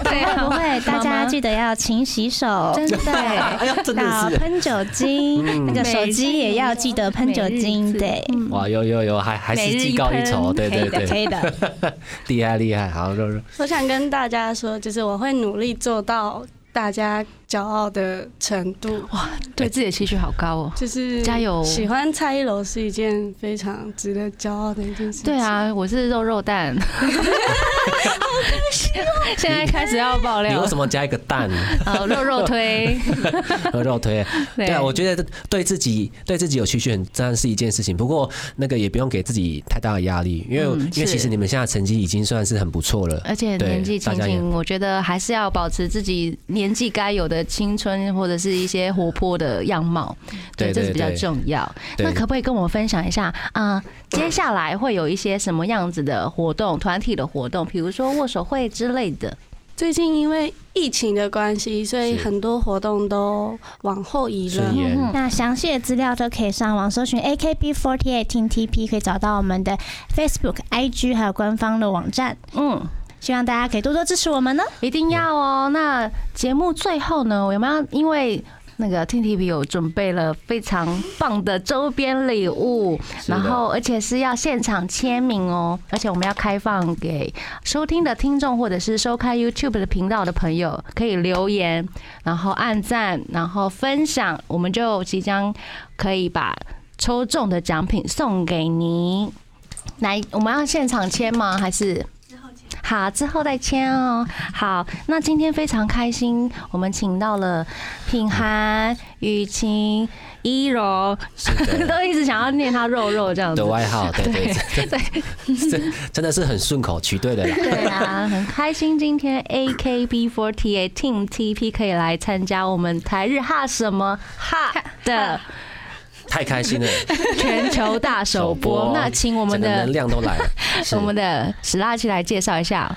[SPEAKER 2] 对
[SPEAKER 5] 会不会大家记得要勤洗手？
[SPEAKER 2] 真的
[SPEAKER 3] 哎呀，真的
[SPEAKER 5] 要
[SPEAKER 3] 是，
[SPEAKER 5] 喷酒精，那个手机也要记得喷酒精，对，
[SPEAKER 3] 哇，有有有， 还还
[SPEAKER 2] 每
[SPEAKER 3] 是
[SPEAKER 2] 日一
[SPEAKER 3] 技高一
[SPEAKER 2] 喷
[SPEAKER 3] 筹，对
[SPEAKER 5] 可以
[SPEAKER 3] 对
[SPEAKER 5] 的，可
[SPEAKER 3] 对，
[SPEAKER 5] 以的。
[SPEAKER 3] 厉害厉害，好肉肉，
[SPEAKER 6] 我想跟大家说，就是我会努力做到大家骄傲的程度，
[SPEAKER 2] 对自己的期许好高哦。
[SPEAKER 6] 就是
[SPEAKER 2] 加油
[SPEAKER 6] 喜欢蔡依柔是一件非常值得骄傲的一件事情。
[SPEAKER 2] 对，啊，我是肉肉 蛋，现在开始要爆
[SPEAKER 3] 你
[SPEAKER 2] 料
[SPEAKER 3] 为，什么加一个蛋
[SPEAKER 2] 呃，肉肉推，
[SPEAKER 3] 和肉推？ 对啊，我觉得对自己对自己有期许，当然是一件事情。不过那个也不用给自己太大的压力，因为
[SPEAKER 2] 嗯
[SPEAKER 3] 因为其
[SPEAKER 2] 是
[SPEAKER 3] 实你们现在成绩已经算是很不错了。
[SPEAKER 2] 而且
[SPEAKER 3] 对
[SPEAKER 2] 年纪轻
[SPEAKER 3] 大家也
[SPEAKER 2] 轻，我觉得还是要保持自己年纪该有的青春，或者是一些活泼的样貌，对，
[SPEAKER 3] 对
[SPEAKER 2] 这
[SPEAKER 3] 对
[SPEAKER 2] 是比较
[SPEAKER 3] 对
[SPEAKER 2] 重要。
[SPEAKER 3] 对
[SPEAKER 2] 那可不可以跟我们分享一下啊、呃接下来会有一些什么样子的活动，团体的活动，比如说握手会之类的？
[SPEAKER 6] 最近因为疫情的关系，所以
[SPEAKER 3] 是
[SPEAKER 6] 很多活动都往后移了
[SPEAKER 3] 顺。延
[SPEAKER 5] 那详细的资料都可以上网搜寻 AKB48 Team TP，可以找到我们的 Facebook、IG 还有官方的网站。
[SPEAKER 2] 嗯，
[SPEAKER 5] 希望大家可以多多支持我们呢。
[SPEAKER 2] 一定要哦。那节目最后呢，我们要因为那个 T T B 有准备了非常棒的周边礼物，
[SPEAKER 3] 是的
[SPEAKER 2] 然后而且是要现场签名哦，而且我们要开放给收听的听众或者是收看 YouTube 的频道的朋友，可以留言，然后按赞，然后分享，我们就即将可以把抽中的奖品送给你。来，我们要现场签吗？还是？好，之后再签哦。好，那今天非常开心，我们请到了品涵、雨晴、一柔，
[SPEAKER 3] 是 的。
[SPEAKER 2] 都一直想要念他肉肉这样子
[SPEAKER 3] 的。外号，对啊对对， 真 真的是很顺口，取对了啦。
[SPEAKER 2] 对啊，很开心今天 AKB48 Team TP 可以来参加我们台日哈什么哈的
[SPEAKER 3] 太开心了，
[SPEAKER 2] 全球大首 播。那请我们
[SPEAKER 3] 整个
[SPEAKER 2] 的
[SPEAKER 3] 能量都来了，是
[SPEAKER 2] 我们的史拉奇来介绍一下，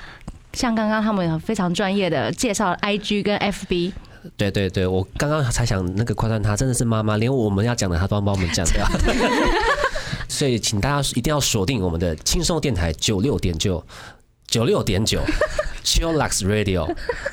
[SPEAKER 2] 像刚刚他们有非常专业的介绍 IG 跟 FB，
[SPEAKER 3] 对对对，我刚刚才想那个夸赞她，真的是妈妈，连我们要讲的她都要帮我们讲 掉。所以，请大家一定要锁定我们的轻松电台九六点九。九六 点九，Chillax Radio，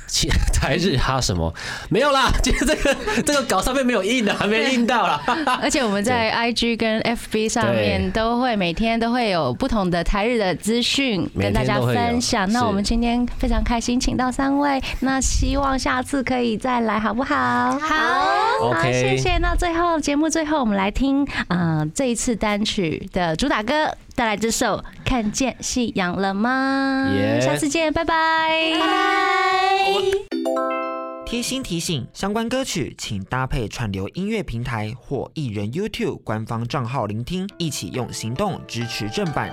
[SPEAKER 3] 其 台日哈什么没有啦？今天这个这个稿上面没有印的，还没印到啦。
[SPEAKER 2] 而且我们在 IG 跟 FB 上面都会每天都会有不同的台日的资讯跟大家分享。
[SPEAKER 3] 每天都会有
[SPEAKER 2] 那
[SPEAKER 3] 是
[SPEAKER 2] 我们今天非常开心，请到三位，那希望下次可以再来，好不好？好
[SPEAKER 3] OK
[SPEAKER 2] 谢谢。那最后节目最后，我们来听呃这一次单曲的主打歌，带来这首《看见夕阳了吗》。
[SPEAKER 3] Yeah
[SPEAKER 2] 下次见，拜拜。
[SPEAKER 8] 贴心提醒：相关歌曲请搭配串流音乐平台或艺人 YouTube 官方账号聆听，一起用行动支持正版。